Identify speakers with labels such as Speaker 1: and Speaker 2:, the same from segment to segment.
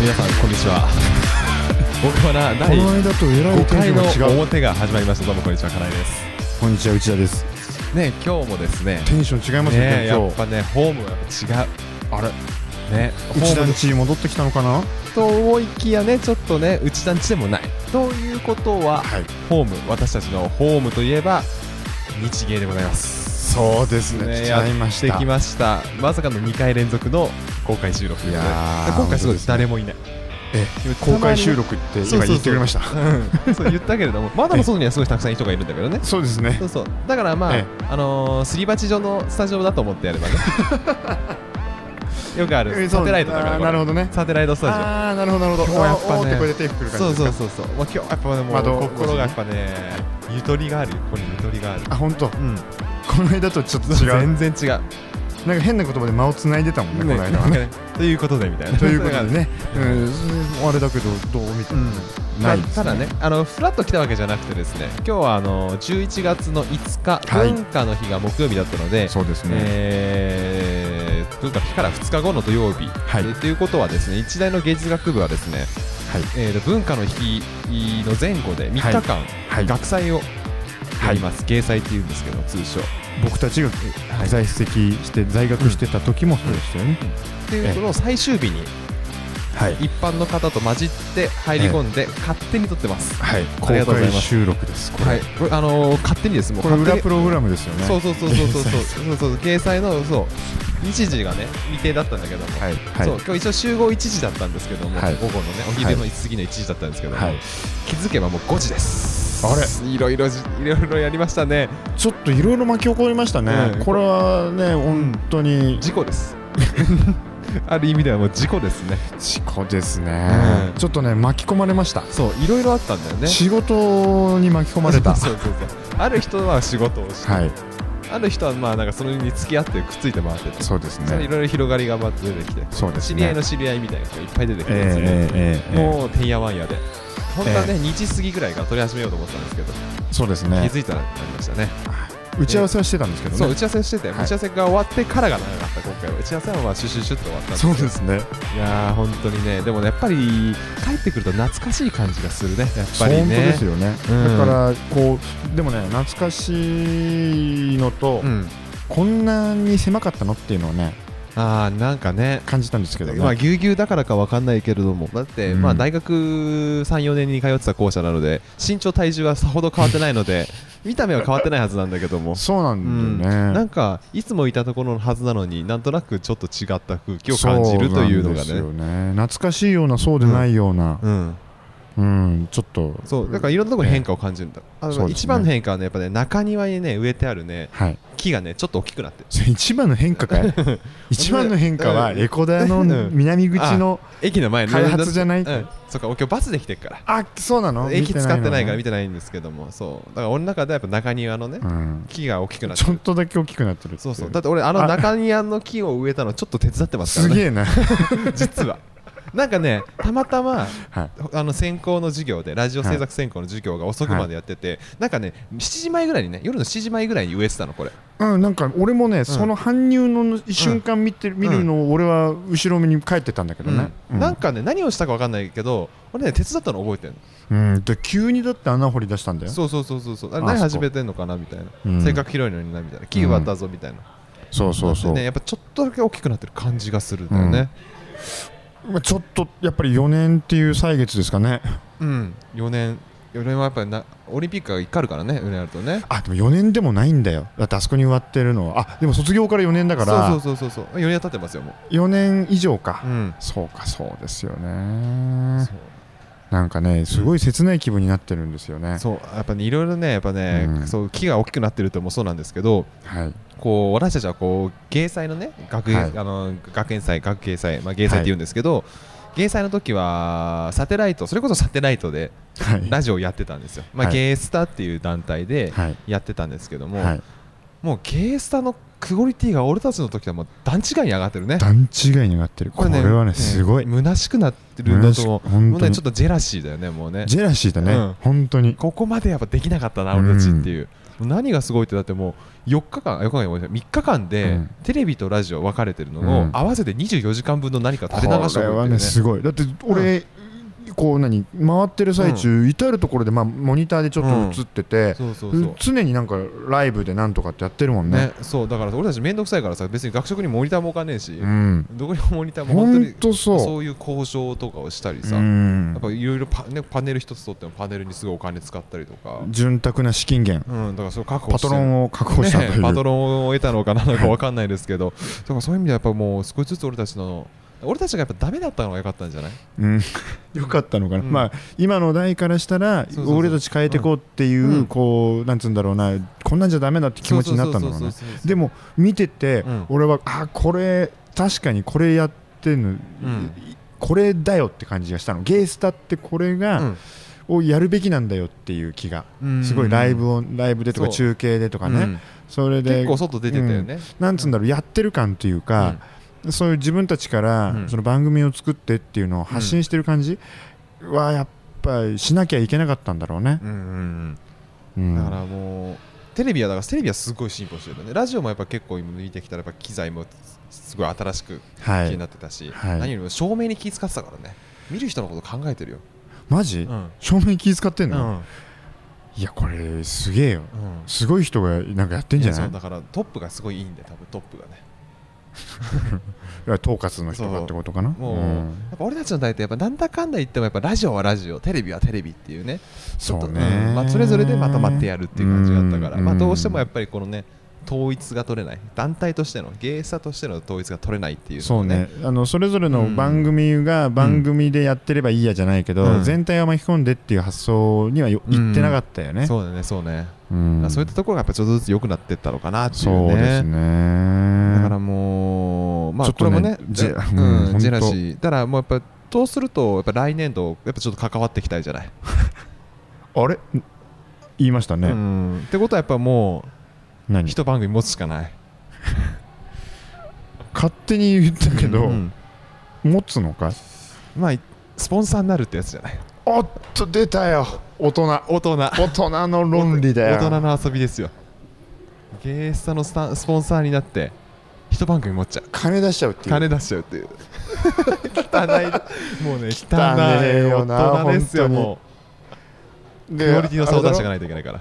Speaker 1: 皆さんこんにちは 僕はな
Speaker 2: こ
Speaker 1: 第
Speaker 2: の間とえらい
Speaker 1: 5
Speaker 2: テンシ
Speaker 1: 回の
Speaker 2: ョンが違う
Speaker 1: 表が始まりましたどうもこんにちはかなえです
Speaker 2: こんにちは内田です
Speaker 1: ね今日もですね
Speaker 2: テンション違います
Speaker 1: ね
Speaker 2: ね
Speaker 1: や
Speaker 2: 今
Speaker 1: っ
Speaker 2: 日
Speaker 1: ぱねホームはやっぱ違
Speaker 2: あれ
Speaker 1: うねホ
Speaker 2: 内
Speaker 1: ー
Speaker 2: 田ん
Speaker 1: ム
Speaker 2: ち戻ってきたのかな
Speaker 1: と思いきやねちょっとね内団地でもないということは
Speaker 2: はい
Speaker 1: ホーム私たちのホームといえば日芸でございます
Speaker 2: そうですね来ちゃいました
Speaker 1: やってきましたまさかの2回連続の公開収録ということで
Speaker 2: いやー
Speaker 1: 今回すごいです
Speaker 2: 本当ですね
Speaker 1: 誰もいない
Speaker 2: え公開収録って今言ってくれました
Speaker 1: うんそう言ったけれども、まだも外にはすごいたくさん人がいるんだけどね。
Speaker 2: そうですね
Speaker 1: そうそう。だからまあ、
Speaker 2: え
Speaker 1: あのーすり鉢状のスタジオだと思ってやれば ね。よくあ
Speaker 2: え
Speaker 1: る、
Speaker 2: そう
Speaker 1: サテライトだから
Speaker 2: あ
Speaker 1: こ
Speaker 2: ー
Speaker 1: れ
Speaker 2: なるほどね
Speaker 1: サテライトスタ
Speaker 2: ああなるほどなるほど
Speaker 1: 今日はやっぱね
Speaker 2: あーおーってこれで手振る
Speaker 1: ジオ。
Speaker 2: 感
Speaker 1: そ
Speaker 2: じ
Speaker 1: う
Speaker 2: ですか
Speaker 1: そうそうそう。まあ今日はやっぱねも
Speaker 2: 窓
Speaker 1: う心がやっぱね、ゆとりがあるよ。ここにゆとりがある。
Speaker 2: あ本当
Speaker 1: うん。
Speaker 2: この間とちょっと違
Speaker 1: 全
Speaker 2: う
Speaker 1: 然違う。
Speaker 2: なんか変な言葉で間を繋いでたもんねこの間はね
Speaker 1: ね ということでみたいな。
Speaker 2: ということでねうんあれだけどどうみたいなないです
Speaker 1: ただね、あのフラッと来たわけじゃなくてですね、今日はあの11月の5日、
Speaker 2: はい
Speaker 1: 文化の日が木曜日だったので、
Speaker 2: そうですね
Speaker 1: えー、文化の日から2日後の土曜日、
Speaker 2: はい
Speaker 1: えーということはですね、日大の芸術学部はですね、
Speaker 2: はい
Speaker 1: えーと文化の日の前後で3日間、
Speaker 2: はい
Speaker 1: 学祭をやります、芸祭って言うんですけど、通称。
Speaker 2: 僕たちが
Speaker 1: はい
Speaker 2: 在籍して在学してた時もそうでしたよね
Speaker 1: っていうその最終日に
Speaker 2: はい
Speaker 1: 一般の方と混じって入り込んで、勝手に撮ってます。
Speaker 2: はい、公
Speaker 1: ありがとうござい
Speaker 2: 開
Speaker 1: ます
Speaker 2: 収録です、これ、
Speaker 1: はい、これあのー勝手にです、もう
Speaker 2: これ
Speaker 1: 勝手
Speaker 2: 裏
Speaker 1: に
Speaker 2: プログラムですよね。
Speaker 1: そうそうそうそうそう
Speaker 2: 掲載
Speaker 1: そうそうそう掲載のそう日時がね未定だったんだけども、
Speaker 2: はい、はい、
Speaker 1: そう今日一応集合1時だったんですけども、
Speaker 2: はい
Speaker 1: 午後のねお昼の1時の1時だったんですけども、
Speaker 2: はい
Speaker 1: 気づけばもう5時です
Speaker 2: あ
Speaker 1: れいろいろじいろいろやりましたね
Speaker 2: ちょっといろいろ巻き起こりましたね、
Speaker 1: うん
Speaker 2: これはね、本当に
Speaker 1: 事故です ある意味ではもう事故ですね
Speaker 2: 事故です
Speaker 1: うん
Speaker 2: ちょっとね、巻き込まれました、
Speaker 1: そういろいろあったんだよね
Speaker 2: 仕事に巻き込まれた、
Speaker 1: そうそうそうある人は仕事をして、
Speaker 2: はい、
Speaker 1: ある人はまあなんかそれに付き合ってくっついて回ってて
Speaker 2: そうです
Speaker 1: それい
Speaker 2: ね、
Speaker 1: ろいろ広がりがまず出てきて
Speaker 2: そうです
Speaker 1: 知り合い
Speaker 2: ね
Speaker 1: の、知り合いみたいな人がいっぱい出てきてですね、
Speaker 2: えーえーえーえー
Speaker 1: もうてんやわんやで。本当はね、2時過ぎぐらいから撮り始めようと思ってたんですけど、
Speaker 2: そうです
Speaker 1: 気
Speaker 2: ね、
Speaker 1: づいたらなりましたね。
Speaker 2: 打ち合わせはしてたんですけど
Speaker 1: そう、打
Speaker 2: ね、
Speaker 1: ち合わせしてて、
Speaker 2: はい
Speaker 1: 打ち合わせが終わってからが長かった、今回は。打ち合わせはまあシュシュシュッと終わったんです
Speaker 2: そうですね、
Speaker 1: いやー、本当にね、でもね、やっぱり帰ってくると懐かしい感じがするね、やっぱ
Speaker 2: 本
Speaker 1: り
Speaker 2: 当で
Speaker 1: ね
Speaker 2: す。よね、
Speaker 1: うん
Speaker 2: だから、こう、でもね、懐かしいのと、
Speaker 1: うん、
Speaker 2: こんなに狭かったのっていうのをね、
Speaker 1: あーなんかね、
Speaker 2: 感じたんですけどね。
Speaker 1: まあぎゅうぎゅうだからかわかんないけれども、だって、
Speaker 2: うん
Speaker 1: まあ大学3、4年に通ってた校舎なので、身長、体重はさほど変わってないので、見た目は変わってないはずなんだけども、
Speaker 2: そうなんだよね、
Speaker 1: なんかいつもいたところのはずなのになんとなくちょっと違った空気を感じるというのが
Speaker 2: そうな
Speaker 1: ね
Speaker 2: んですよね懐かしいようなそうでないような、
Speaker 1: うん、
Speaker 2: うんちょっと
Speaker 1: そうだからいろんなところに変化を感じるんだ、あの
Speaker 2: そうですね
Speaker 1: 一番の変化はねやっぱね中庭にね植えてあるね
Speaker 2: はい
Speaker 1: 木がねちょっと大きくなってる
Speaker 2: それ一番の変化 かい一番の変化は
Speaker 1: うん
Speaker 2: エコダの
Speaker 1: うん
Speaker 2: 南口の
Speaker 1: 駅の前の
Speaker 2: 開発じゃない
Speaker 1: うん、そうか俺今日バスで来てるから
Speaker 2: あそうなの
Speaker 1: 駅使ってないから見
Speaker 2: 見
Speaker 1: てないんですけどもそうだから俺の中ではやっぱ中庭のね
Speaker 2: のね
Speaker 1: 木が大きく
Speaker 2: う、
Speaker 1: なんって
Speaker 2: ちょ
Speaker 1: る
Speaker 2: っとだけ大きくなってるってい
Speaker 1: そうそうだって俺あの中庭の木を植えたのちょっと手伝ってますか
Speaker 2: す
Speaker 1: らね
Speaker 2: げえな、
Speaker 1: 実はなんかねたまたま
Speaker 2: はい、
Speaker 1: あの専攻の授業でラジオ制作専攻の授業が遅くまでやってて、なんかね7時前ぐらいにね夜の7時前ぐらいに植えてたのこれ
Speaker 2: うんなんか俺もね、その搬入の瞬間見て、見るのを俺は後ろ目に帰ってたんだけどね、う
Speaker 1: なんかね何をしたか分かんないけど俺ね手伝ったの覚えてる
Speaker 2: うんで急にだって穴掘り出したんだよ
Speaker 1: そうそうそうそうそうあれ
Speaker 2: あ
Speaker 1: 何
Speaker 2: そう
Speaker 1: 始めてんのかなみたいな、
Speaker 2: うん
Speaker 1: せっかく広いのになみたいな木植わったぞみたいな、
Speaker 2: そうそうそう、
Speaker 1: でねやっぱちょっとだけ大きくなってる感じがするんだよね
Speaker 2: まあ、ちょっとやっぱり4年っていう歳月ですかね
Speaker 1: うん、4年4年はやっぱりなオリンピックが1回あるからね4年あるとね
Speaker 2: あでも4年でもないんだよだってあそこに植わってるのはあでも卒業から4年だから
Speaker 1: そうそうそうそうそう4年は経ってますよも
Speaker 2: 4年以上か、
Speaker 1: ううん
Speaker 2: そうかそうですよね
Speaker 1: そう
Speaker 2: なんかねすごい切ない気分になってるんですよね、
Speaker 1: そうやっぱねいろいろねやっぱね、
Speaker 2: うん
Speaker 1: そう木が大きくなってるともそうなんですけど
Speaker 2: はい
Speaker 1: こう私たちはこう芸祭のね学芸、
Speaker 2: はい
Speaker 1: あの学園祭学芸祭まあ芸祭って言うんですけど、芸祭の時はサテライトそれこそサテライトで
Speaker 2: はい
Speaker 1: ラジオやってたんですよ、まあ、
Speaker 2: はい
Speaker 1: ゲースタっていう団体で
Speaker 2: はい
Speaker 1: やってたんですけども、
Speaker 2: はい
Speaker 1: もうゲースタのクオリティが俺たちの時とはもう段違いに上がってるね
Speaker 2: 段違いになってるこれ,、はねすごい、
Speaker 1: 虚しくなってるんだと思う
Speaker 2: 虚しく本当に
Speaker 1: もうねちょっとジェラシーだよねもうね
Speaker 2: ジェラシーだね、
Speaker 1: うん
Speaker 2: 本当に
Speaker 1: ここまでやっぱできなかったな俺たちっていう、何がすごいってだってもう4日間あ4日間ごめんなさい3日間
Speaker 2: う
Speaker 1: で
Speaker 2: ん
Speaker 1: テレビとラジオ分かれてるのを、
Speaker 2: うん
Speaker 1: 合わせて24時間分の何か垂れ流して
Speaker 2: これ
Speaker 1: おくって
Speaker 2: は
Speaker 1: いうね
Speaker 2: ねすごいだって俺、こう何回ってる最中、至る所で、まあ、モニターでちょっと映ってて、
Speaker 1: そうそうそう
Speaker 2: 常になんかライブでなんとかってやってるもんね
Speaker 1: ね、そうだから俺たち面倒くさいからさ別に学食にモニターも置かねえし、
Speaker 2: うん
Speaker 1: どこにもモニターも本当
Speaker 2: 本
Speaker 1: に
Speaker 2: 当そう
Speaker 1: そういう交渉とかをしたりさ、
Speaker 2: うん
Speaker 1: やっぱいろいろパ,、ね、パネル一つ取ってもパネルにすごいお金使ったりとか、
Speaker 2: 潤沢な資金源
Speaker 1: うん、だからそれ確保
Speaker 2: パ
Speaker 1: して
Speaker 2: トロンを確保したという、
Speaker 1: ね、パトロンを得たのかなのか分かんないですけ どだからそういう意味ではやっぱもう少しずつ俺たちの俺たちがやっぱダメだったのが良かったんじゃない
Speaker 2: うん、よかったのかな、
Speaker 1: うん
Speaker 2: まあ、今の代からしたら
Speaker 1: そうそうそう
Speaker 2: 俺たち変えていこうっていう、
Speaker 1: うん
Speaker 2: こうなんつうんだろうなこんなんじゃダメだって気持ちになったんだろう
Speaker 1: そう
Speaker 2: ね
Speaker 1: そうそうそう
Speaker 2: でも見てて、
Speaker 1: うん
Speaker 2: 俺はあこれ確かにこれやってんの、
Speaker 1: ん
Speaker 2: これだよって感じがしたのゲイスタってこれが、をやるべきなんだよっていう気が、
Speaker 1: うん
Speaker 2: すごいライブをライブでとか
Speaker 1: そう
Speaker 2: 中継でとかね、
Speaker 1: うん
Speaker 2: それで
Speaker 1: 結構外出てたよね、
Speaker 2: なんつうんだろうやってる感という
Speaker 1: う
Speaker 2: か、そういう自分たちから、
Speaker 1: うん
Speaker 2: その番組を作ってっていうのを発信してる感じはやっぱりしなきゃいけなかったんだろうね。
Speaker 1: んうんうん
Speaker 2: うん
Speaker 1: だからもうテレビはだからテレビはすごい進歩してるよねラジオもやっぱ結構今見てきたらやっぱ機材もすごい新しく
Speaker 2: は
Speaker 1: 気に
Speaker 2: い
Speaker 1: な、ってたし、
Speaker 2: はい
Speaker 1: 何よりも照明に気使ってたからね見る人のこと考えてるよ、
Speaker 2: マジ、
Speaker 1: ん
Speaker 2: 照明気遣ってん
Speaker 1: う
Speaker 2: の、
Speaker 1: ん
Speaker 2: いやこれすげえよ
Speaker 1: うん
Speaker 2: すごい人がなんかやってんじゃない
Speaker 1: やそうだからトップがすごいいいんだよ多分トップがね
Speaker 2: いや統括の人がってことかな
Speaker 1: もう、
Speaker 2: うん
Speaker 1: やっぱ俺たちの代ってやっぱなんだかんだ言ってもやっぱラジオはラジオテレビはテレビっていうねち
Speaker 2: そ
Speaker 1: ょっと
Speaker 2: うね、
Speaker 1: んまあ、それぞれでまとまってやるっていう感じがあったから、
Speaker 2: うん
Speaker 1: まあ、どうしてもやっぱりこのね統一が取れない団体としての芸ーサとしての統一が取れないっていうの
Speaker 2: そう
Speaker 1: がね
Speaker 2: ねあのそれぞれの番組が番組でやってればいいやじゃないけど、
Speaker 1: うん
Speaker 2: 全体を巻き込んでっていう発想にはよ
Speaker 1: うん
Speaker 2: いってなかったよね、
Speaker 1: そうだねそうね、
Speaker 2: うん
Speaker 1: だからそういったところがやっぱちょっとずつ良くなってったのかなっていう
Speaker 2: そう
Speaker 1: ね
Speaker 2: ですね
Speaker 1: だからもうま
Speaker 2: ち
Speaker 1: あ
Speaker 2: ょっ
Speaker 1: ことれ
Speaker 2: ね
Speaker 1: もね
Speaker 2: ジェ
Speaker 1: う
Speaker 2: うん
Speaker 1: ん
Speaker 2: ほんと
Speaker 1: ジェラシーただもうやっぱそうするとやっぱ来年度やっぱちょっと関わっていきたいじゃない、
Speaker 2: あれ言いましたね、
Speaker 1: うんってことはやっぱもう
Speaker 2: 何
Speaker 1: 一番組持つしかない
Speaker 2: 勝手に言ったけ
Speaker 1: うん
Speaker 2: ど、
Speaker 1: うん
Speaker 2: 持つのか
Speaker 1: まあスポンサーになるってやつじゃない
Speaker 2: おっと出たよ 大人
Speaker 1: 大人
Speaker 2: 大人の論理だよ
Speaker 1: 大人の遊びですよゲースタのスタンスポンサーになって一番組持っちゃう
Speaker 2: 金出しちゃうっていう
Speaker 1: 金出しちゃうっていう汚いもうね汚
Speaker 2: 汚え
Speaker 1: い
Speaker 2: よな
Speaker 1: 大人ですよ
Speaker 2: 本当に
Speaker 1: もう
Speaker 2: で
Speaker 1: クオリティの差を出していか
Speaker 2: あ
Speaker 1: ない
Speaker 2: れだろ
Speaker 1: といけないから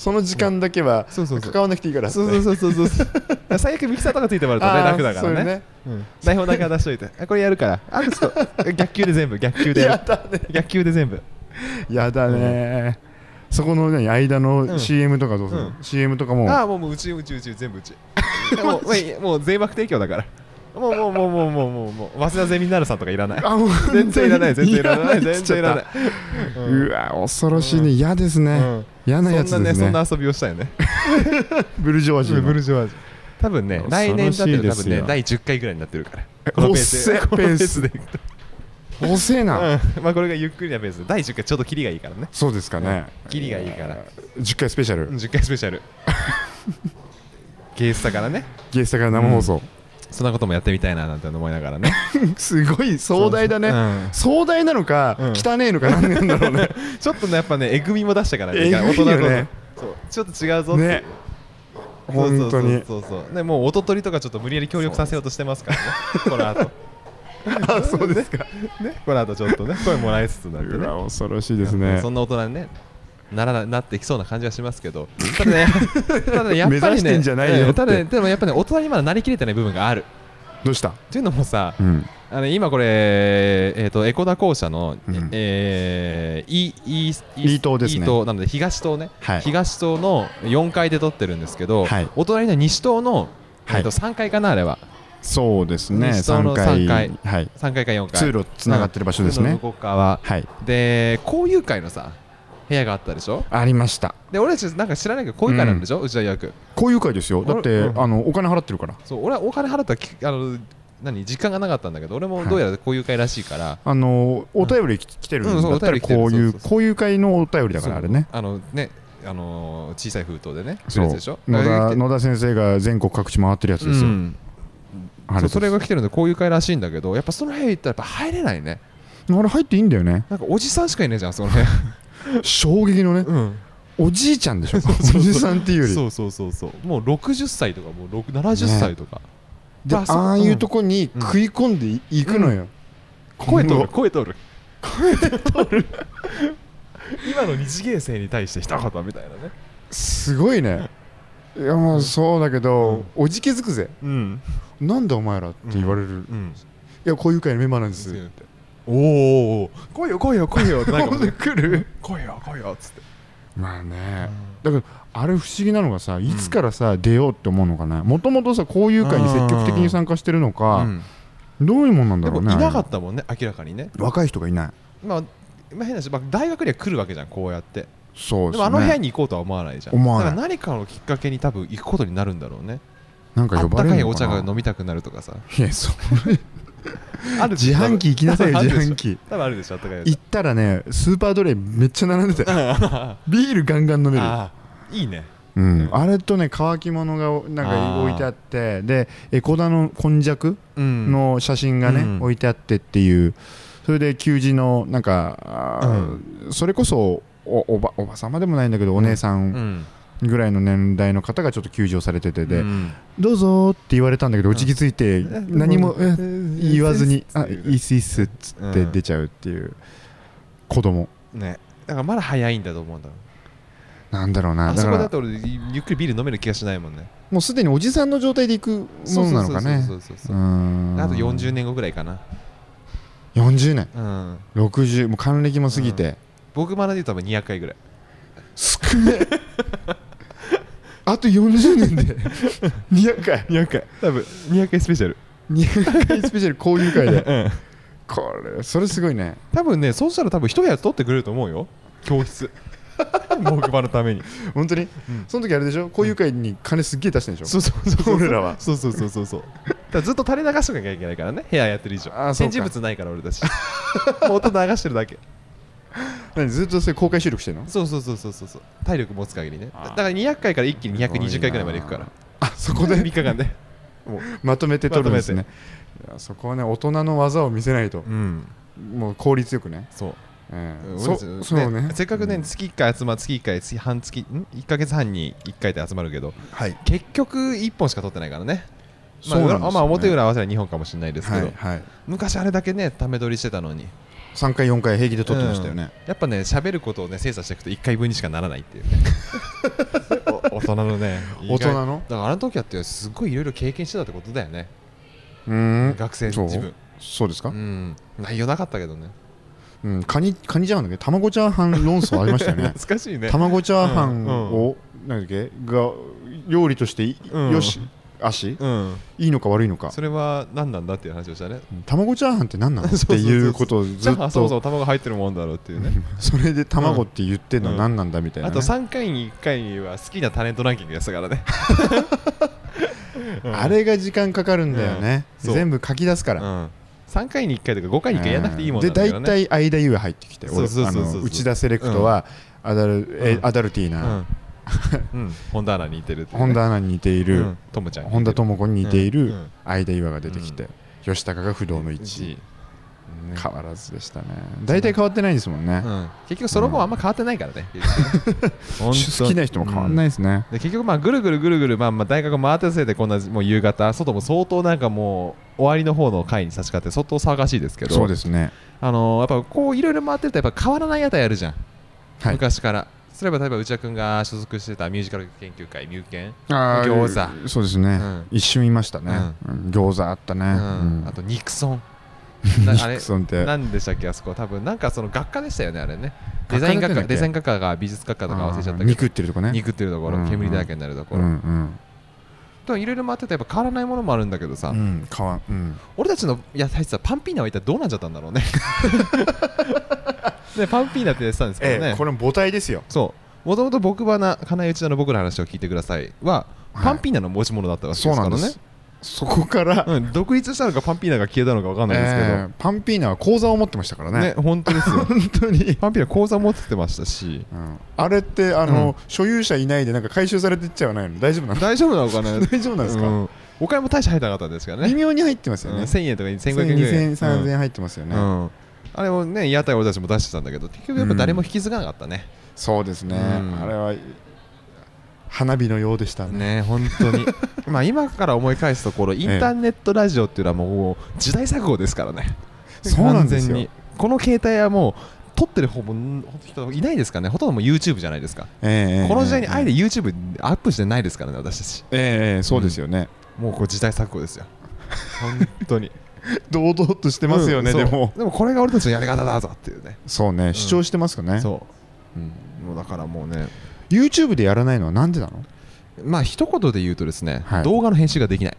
Speaker 2: その時間だけは
Speaker 1: そうそうそう
Speaker 2: 関わらなくていいから
Speaker 1: そうそうそうそうそう最悪ミキサーとかついてもらうとね
Speaker 2: あー
Speaker 1: 楽だか
Speaker 2: そ
Speaker 1: ら
Speaker 2: れ
Speaker 1: ねうん台本だけは出しといてあこれやるからある人逆球で全部逆球で
Speaker 2: や
Speaker 1: やる
Speaker 2: だね
Speaker 1: 逆球で全部
Speaker 2: やだね、そこの、ね、間
Speaker 1: う
Speaker 2: の
Speaker 1: ん
Speaker 2: CM とかどうする、
Speaker 1: うん
Speaker 2: CM とかも
Speaker 1: ああもうもううちうちうち全部うち もうもういいもう税額提供だからもうもうもうもうもうもうもう早稲田ゼミナールさんとかいらない
Speaker 2: あもう
Speaker 1: 全然いらない全然いらない全然いらない
Speaker 2: い、
Speaker 1: うん
Speaker 2: うわ恐ろしいね嫌ですね、
Speaker 1: うん
Speaker 2: 嫌なやつ
Speaker 1: そんな
Speaker 2: で
Speaker 1: ね
Speaker 2: すね
Speaker 1: そんな遊びをしたよね
Speaker 2: ブルジョワジーの
Speaker 1: ブルジョワジー多分ね
Speaker 2: 恐ろし
Speaker 1: 来
Speaker 2: い
Speaker 1: 年だって多
Speaker 2: です
Speaker 1: 分
Speaker 2: よ
Speaker 1: ね第10回ぐらいになってるから
Speaker 2: おっせ
Speaker 1: この
Speaker 2: ペ
Speaker 1: ペ
Speaker 2: ー
Speaker 1: ー
Speaker 2: ス
Speaker 1: スでいくと
Speaker 2: 遅えな、
Speaker 1: うんまあこれがゆっくりなペースで第10回ちょっとキリがいいからね
Speaker 2: そうですかね、
Speaker 1: キリがいいから
Speaker 2: 10回スペシャル、
Speaker 1: 10回スペシャ ルゲースだからね
Speaker 2: ゲストから生放送、
Speaker 1: そんなこともやってみたいななんて思いながらね
Speaker 2: すごい壮大だね、
Speaker 1: うん
Speaker 2: 壮大なのか、
Speaker 1: うん
Speaker 2: 汚えのか何なんだろうね
Speaker 1: ちょっとねやっぱねえぐみも出したからね
Speaker 2: えぐいよね
Speaker 1: 大人のそうちょっと違うぞっていう
Speaker 2: ね
Speaker 1: そうそう
Speaker 2: 本当に
Speaker 1: そうそうそうねもうおととりとかちょっと無理やり協力させようとしてますからねこの後
Speaker 2: あそうですか、
Speaker 1: ねこの後ちょっとね声もらいつつになって
Speaker 2: う
Speaker 1: ね
Speaker 2: わ恐ろしいですね
Speaker 1: そんな大人にねならななっていきそうな感じはします けどただねただねやっ
Speaker 2: 目
Speaker 1: ぱ
Speaker 2: 指
Speaker 1: り
Speaker 2: して
Speaker 1: ね
Speaker 2: んじゃないよ
Speaker 1: ええただ
Speaker 2: っ
Speaker 1: ねでもやっぱね大人にまだなりきれてない部分がある
Speaker 2: どうした、
Speaker 1: っていうのもさ
Speaker 2: うん、
Speaker 1: あの今これ、えー、とエコダ校舎の、
Speaker 2: うん
Speaker 1: えー、イイ
Speaker 2: イー島ですね
Speaker 1: イー島なので東島ね、
Speaker 2: はい
Speaker 1: 東島の4階で撮ってるんですけど、
Speaker 2: はい
Speaker 1: お隣の西島の、えー、
Speaker 2: は
Speaker 1: と
Speaker 2: い
Speaker 1: 3階かなあれは
Speaker 2: そうですね
Speaker 1: 西棟
Speaker 2: 3
Speaker 1: の
Speaker 2: 回
Speaker 1: 三階
Speaker 2: はい、
Speaker 1: 3階か4階
Speaker 2: 通路つながってる場所です
Speaker 1: うん
Speaker 2: ね
Speaker 1: 通路の向こう側
Speaker 2: はい
Speaker 1: で交友会のさ部屋があったでしょ
Speaker 2: ありました
Speaker 1: で俺たちなんか知らないけど交友会なんでしょ、うちは予約
Speaker 2: こういう会ですよだって、
Speaker 1: うん
Speaker 2: あのお金払ってるから
Speaker 1: そう俺はお金払ったらきあの何時間がなかったんだけど俺もどうやら交友会らしいから、
Speaker 2: あのお便りき来てる
Speaker 1: うんんそう
Speaker 2: だった
Speaker 1: お
Speaker 2: ら
Speaker 1: 便り来てる
Speaker 2: こうい
Speaker 1: そううそうそ
Speaker 2: こういう会のお便りだからあれね
Speaker 1: そうあのねあのー小さい封筒でね来
Speaker 2: そ
Speaker 1: る
Speaker 2: う
Speaker 1: やつでしょ
Speaker 2: 野
Speaker 1: あ
Speaker 2: 田
Speaker 1: れが来て
Speaker 2: 野田先生が全国各地回ってるやつです
Speaker 1: う
Speaker 2: よ、
Speaker 1: んそ
Speaker 2: あれで
Speaker 1: う
Speaker 2: す
Speaker 1: それが来てるんでこういう会らしいんだけどやっぱその部屋行ったらやっぱ入れないね
Speaker 2: あれ入っていいんだよね
Speaker 1: なんかおじさんしかいねえじゃんその部屋
Speaker 2: 衝撃のね
Speaker 1: うん
Speaker 2: おじいちゃんでし ょ
Speaker 1: そうそうそう
Speaker 2: おじさんっていうより
Speaker 1: そうそうそうそうもう60歳とかもう6 70歳とか、
Speaker 2: で
Speaker 1: あそう
Speaker 2: ああいうとこに
Speaker 1: うん
Speaker 2: 食い込んでい,、くのよ、
Speaker 1: 声通
Speaker 2: 今
Speaker 1: る
Speaker 2: 後
Speaker 1: 声通る声通る 今の二次元生に対して一言みたいなね
Speaker 2: すごいねいやまあそうだけど、おじけづくぜ
Speaker 1: うん
Speaker 2: なんでお前らって言われる、い
Speaker 1: うん
Speaker 2: やこういう会のメンバーなんです、
Speaker 1: おーおーおー来いよ来いよ来いよ ってなんかもうね
Speaker 2: 来る
Speaker 1: 来いよ来いよっつって
Speaker 2: まあね、だけどあれ不思議なのがさいつからさ、出ようって思うのかねもともとさこういう会に積極的に参加してるの
Speaker 1: う
Speaker 2: か、
Speaker 1: ん
Speaker 2: どういうもんなんだ
Speaker 1: で
Speaker 2: ろ
Speaker 1: も
Speaker 2: う
Speaker 1: い
Speaker 2: ね
Speaker 1: なかっ
Speaker 2: あ
Speaker 1: たもんね明らかにね
Speaker 2: れ若い人がいない
Speaker 1: まあまあ変な話、まあ、大学には来るわけじゃんこうやって
Speaker 2: そう
Speaker 1: で
Speaker 2: ですね
Speaker 1: もあの部屋に行こうとは思わないじゃん
Speaker 2: 思わない
Speaker 1: だから何かのきっかけに多分行くことになるんだろうね
Speaker 2: なんか
Speaker 1: あ
Speaker 2: 呼
Speaker 1: っ
Speaker 2: ば
Speaker 1: た
Speaker 2: れ
Speaker 1: か
Speaker 2: る
Speaker 1: い
Speaker 2: の
Speaker 1: お
Speaker 2: か
Speaker 1: 茶
Speaker 2: な
Speaker 1: が飲みたくなるとかさ
Speaker 2: いやそう
Speaker 1: あるでし
Speaker 2: 自
Speaker 1: ょ
Speaker 2: 販機行きなさいよ
Speaker 1: 多分
Speaker 2: 自販機
Speaker 1: 多分あるでしょあったかいお茶
Speaker 2: 行ったらねスーパードライめっちゃ並んでたよビールガンガン飲める
Speaker 1: あーいいね
Speaker 2: うん、あれとね乾き物がなん
Speaker 1: あー
Speaker 2: か置いてあってでエコダのこんにゃく
Speaker 1: うん
Speaker 2: の写真がね、
Speaker 1: うん
Speaker 2: 置いてあってっていうそれで給仕のなんか、あーそれこそおおばおばさまでもないんだけどお姉さ
Speaker 1: うんん
Speaker 2: ぐらいの年代の方がちょっと給仕をされててで、
Speaker 1: うん
Speaker 2: どうぞーって言われたんだけど
Speaker 1: うん
Speaker 2: おじきついて何もえ言わずに「あいいっすいいっす」っつって出ちゃうっていう子供
Speaker 1: ねだからまだ早いんだと思うんだろう
Speaker 2: なんだろうな
Speaker 1: あ
Speaker 2: だ
Speaker 1: そ
Speaker 2: か
Speaker 1: こだ
Speaker 2: ら
Speaker 1: と俺ゆっくりビール飲める気がしないもんね
Speaker 2: もうすでにおじさんの状態で行くものなのかね
Speaker 1: そうそうそう
Speaker 2: う
Speaker 1: そうそう
Speaker 2: ーん
Speaker 1: あと40年後ぐらいかな
Speaker 2: 40年
Speaker 1: うん
Speaker 2: 60もう還暦も過ぎて、
Speaker 1: 僕まだで言うと多分200回ぐらい
Speaker 2: 少ねえあと40年 で200回
Speaker 1: 200回多分200回スペシャル
Speaker 2: 200回スペシャル交流会で
Speaker 1: うん
Speaker 2: これそれすごいね
Speaker 1: 多分ねそうしたら多分一部屋取ってくれると思うよ教 室僕場のために
Speaker 2: 本当に、
Speaker 1: ん
Speaker 2: その時あれでしょ交流会に金すっげえ出してんでしょ、
Speaker 1: うそうそ
Speaker 2: 俺らは
Speaker 1: そうそうそうそうそうだからずっと垂れ流しとかなきゃいけないからね部屋やってる以上
Speaker 2: あーそ
Speaker 1: 展
Speaker 2: うか
Speaker 1: 示物ないから俺たち もう音流してるだけ
Speaker 2: 何ずっとそれ公開収録してんの
Speaker 1: そうそうそうそうそうそう体力持つ限りねだ
Speaker 2: あー
Speaker 1: だから200回から一気に220回ぐらいまでいくから
Speaker 2: あそこで
Speaker 1: 3日間で
Speaker 2: まとめて撮るんですねいやそこはね大人の技を見せないと
Speaker 1: う、ん
Speaker 2: もう効率よくね、
Speaker 1: そう
Speaker 2: ええ
Speaker 1: 俺
Speaker 2: そ
Speaker 1: たちね
Speaker 2: そうね
Speaker 1: せっかくね、
Speaker 2: うん
Speaker 1: 月1回集ま月1回月半月ん1か月半に1回って集まるけど
Speaker 2: はい
Speaker 1: 結局1本しか取ってないからねまあ
Speaker 2: そうなんですよね
Speaker 1: 裏まあ表裏合わせは2本かもしれないですけ
Speaker 2: は
Speaker 1: ど、
Speaker 2: い、はい、
Speaker 1: 昔あれだけねため撮りしてたのに
Speaker 2: 3回4回平気で撮ってましたよね、
Speaker 1: やっぱね喋ることをね精査していくと1回分にしかならないって いうねお大人のね意外
Speaker 2: 大人の
Speaker 1: だからあの時やってすごいいろいろ経験してたってことだよね
Speaker 2: うーん
Speaker 1: 学生
Speaker 2: そう
Speaker 1: 自分
Speaker 2: そうですか、
Speaker 1: うん内容なかったけどね
Speaker 2: うん、カニカニじゃんだっけ卵チャーハン論争ありましたよね
Speaker 1: 懐かしいね
Speaker 2: 卵チャーハンを、なんだっけが料理としてい、
Speaker 1: うん
Speaker 2: よし足
Speaker 1: うん
Speaker 2: いいのか悪いのか
Speaker 1: それは何なんだっていう話をしたね
Speaker 2: 卵チャーハンって何なの
Speaker 1: そう
Speaker 2: っ
Speaker 1: そうそう
Speaker 2: て
Speaker 1: そう
Speaker 2: いうことを
Speaker 1: じ
Speaker 2: ず
Speaker 1: ゃ
Speaker 2: っ
Speaker 1: あ
Speaker 2: と
Speaker 1: そもそ
Speaker 2: そ
Speaker 1: も卵入ってるもんだろうっていうね
Speaker 2: れで卵って言ってんの
Speaker 1: うん
Speaker 2: 何なんだみたいな
Speaker 1: あ
Speaker 2: ね、
Speaker 1: と3回に1回には好きなタレントランキングやしたから ねうん
Speaker 2: あれが時間かかるんだよね、
Speaker 1: うんそう
Speaker 2: 全部書き出すか
Speaker 1: う
Speaker 2: ら、
Speaker 1: ん3回に1回とか5回に1回やらなくていいもん
Speaker 2: で
Speaker 1: なんだけど
Speaker 2: 大
Speaker 1: ね
Speaker 2: 体間優が入ってきて
Speaker 1: そうそうそうそうそう
Speaker 2: 俺あの内田セレクトはアダル、え
Speaker 1: うん
Speaker 2: アダルティー
Speaker 1: う
Speaker 2: な、
Speaker 1: んうん本田アナに似てるっていうね
Speaker 2: 本田アナに似てい
Speaker 1: う
Speaker 2: る、
Speaker 1: んトムちゃんに似てる
Speaker 2: 本田智子に似て
Speaker 1: う
Speaker 2: い
Speaker 1: ん
Speaker 2: る
Speaker 1: うん
Speaker 2: 相田岩が出てきて、
Speaker 1: う
Speaker 2: 吉高が不動の1位、
Speaker 1: ね
Speaker 2: 変わらずでしたね大体変わってないですもんね、
Speaker 1: うん結局その後はあんま変わってない からね本当
Speaker 2: 好きな人も変わんないですね、
Speaker 1: で結局まあぐるぐるぐるぐるまあまあ大学回ってるせいでこんなもう夕方外も相当なんかもう終わりの方の回に差し掛かって相当騒がしいですけど
Speaker 2: そうですね
Speaker 1: あのーやっぱこういろいろ回ってるとやっぱ変わらない屋台あるじゃん、
Speaker 2: はい
Speaker 1: 昔からそれば例えば内田君が所属してたミュージカル研究会ミューケン、
Speaker 2: あー
Speaker 1: 餃
Speaker 2: そうですね、
Speaker 1: うん
Speaker 2: 一瞬いましたね、うん餃子あった
Speaker 1: う
Speaker 2: ね、
Speaker 1: ん
Speaker 2: うん
Speaker 1: あとニク ソンな
Speaker 2: ニ
Speaker 1: あれ
Speaker 2: クソンって
Speaker 1: 何でしたっけあそこ多分なんかその学科でしたよねあれねデ
Speaker 2: 学科
Speaker 1: ザイン
Speaker 2: だっ
Speaker 1: 学
Speaker 2: たんだ
Speaker 1: 科
Speaker 2: っけ
Speaker 1: デザイン学科が美術学科とか忘れちゃったけど
Speaker 2: 肉ってるとこね
Speaker 1: 肉ってるところ、
Speaker 2: うんうん
Speaker 1: 煙だらけになるとこ
Speaker 2: う
Speaker 1: ろ、
Speaker 2: んうん
Speaker 1: でもいろいろ回っててやっぱ変わらないものもあるんだけどさ、
Speaker 2: うん変わんうん
Speaker 1: 俺たちのやつはパンピーナは一体どうなっちゃったんだろ うねねパンピーナってやってたんですけどね、
Speaker 2: ええこれも母体ですよ
Speaker 1: そうもともと僕花金井内田の僕の話を聞いてくださいは、
Speaker 2: はい
Speaker 1: パンピーナの持ち物だったわけ
Speaker 2: そ
Speaker 1: で
Speaker 2: う
Speaker 1: すか
Speaker 2: なん
Speaker 1: ら
Speaker 2: で
Speaker 1: ね
Speaker 2: すそこから、
Speaker 1: うん、独立したのかパンピーナが消えたのか分かんないですけど、
Speaker 2: ええパンピーナは口座を持ってましたから
Speaker 1: ね
Speaker 2: ね
Speaker 1: 本当ですよ
Speaker 2: 本当に
Speaker 1: パンピーナ口座持ってましたし
Speaker 2: うんあれってあ
Speaker 1: う
Speaker 2: の、
Speaker 1: ん
Speaker 2: 所有者いないでなんか回収されてっちゃわないの大丈夫なの
Speaker 1: 大丈夫なのかな
Speaker 2: 大丈夫なんですか、
Speaker 1: うんお金も大して入ってなかったんですから
Speaker 2: 微
Speaker 1: ね
Speaker 2: 妙に入ってますよ
Speaker 1: うん
Speaker 2: ね、
Speaker 1: 1000円とか1500円ぐらい
Speaker 2: 2000円3000円入ってますよ
Speaker 1: う
Speaker 2: ね、
Speaker 1: んうんあれをね屋台俺たちも出してたんだけど結局やっぱ誰も引き継がなかったね、
Speaker 2: そうですね、
Speaker 1: うん
Speaker 2: あれは花火のようでしたね
Speaker 1: ね本当 にまあ今から思い返すところインターネットラジオっていうのはもう時代錯誤ですからね
Speaker 2: そうなんです
Speaker 1: 完全
Speaker 2: よ
Speaker 1: にこの携帯はもう撮ってる方も人いないですからねほとんどもう YouTube じゃないですか、
Speaker 2: ええ
Speaker 1: この時代にあえて
Speaker 2: え
Speaker 1: YouTube アップしてないですからね私たち
Speaker 2: えええそうですよね、
Speaker 1: もうこれ時代錯誤です よ本当に
Speaker 2: 堂々としてますよね、
Speaker 1: うんそ
Speaker 2: で
Speaker 1: う
Speaker 2: も
Speaker 1: でもこれが俺たちのやり方だぞっていうね
Speaker 2: そうね主張してますかね、
Speaker 1: そううもうだからもうね
Speaker 2: YouTube でやらないのはなんでなの
Speaker 1: まあ一言で言うとですね、
Speaker 2: はい
Speaker 1: 動画の編集ができない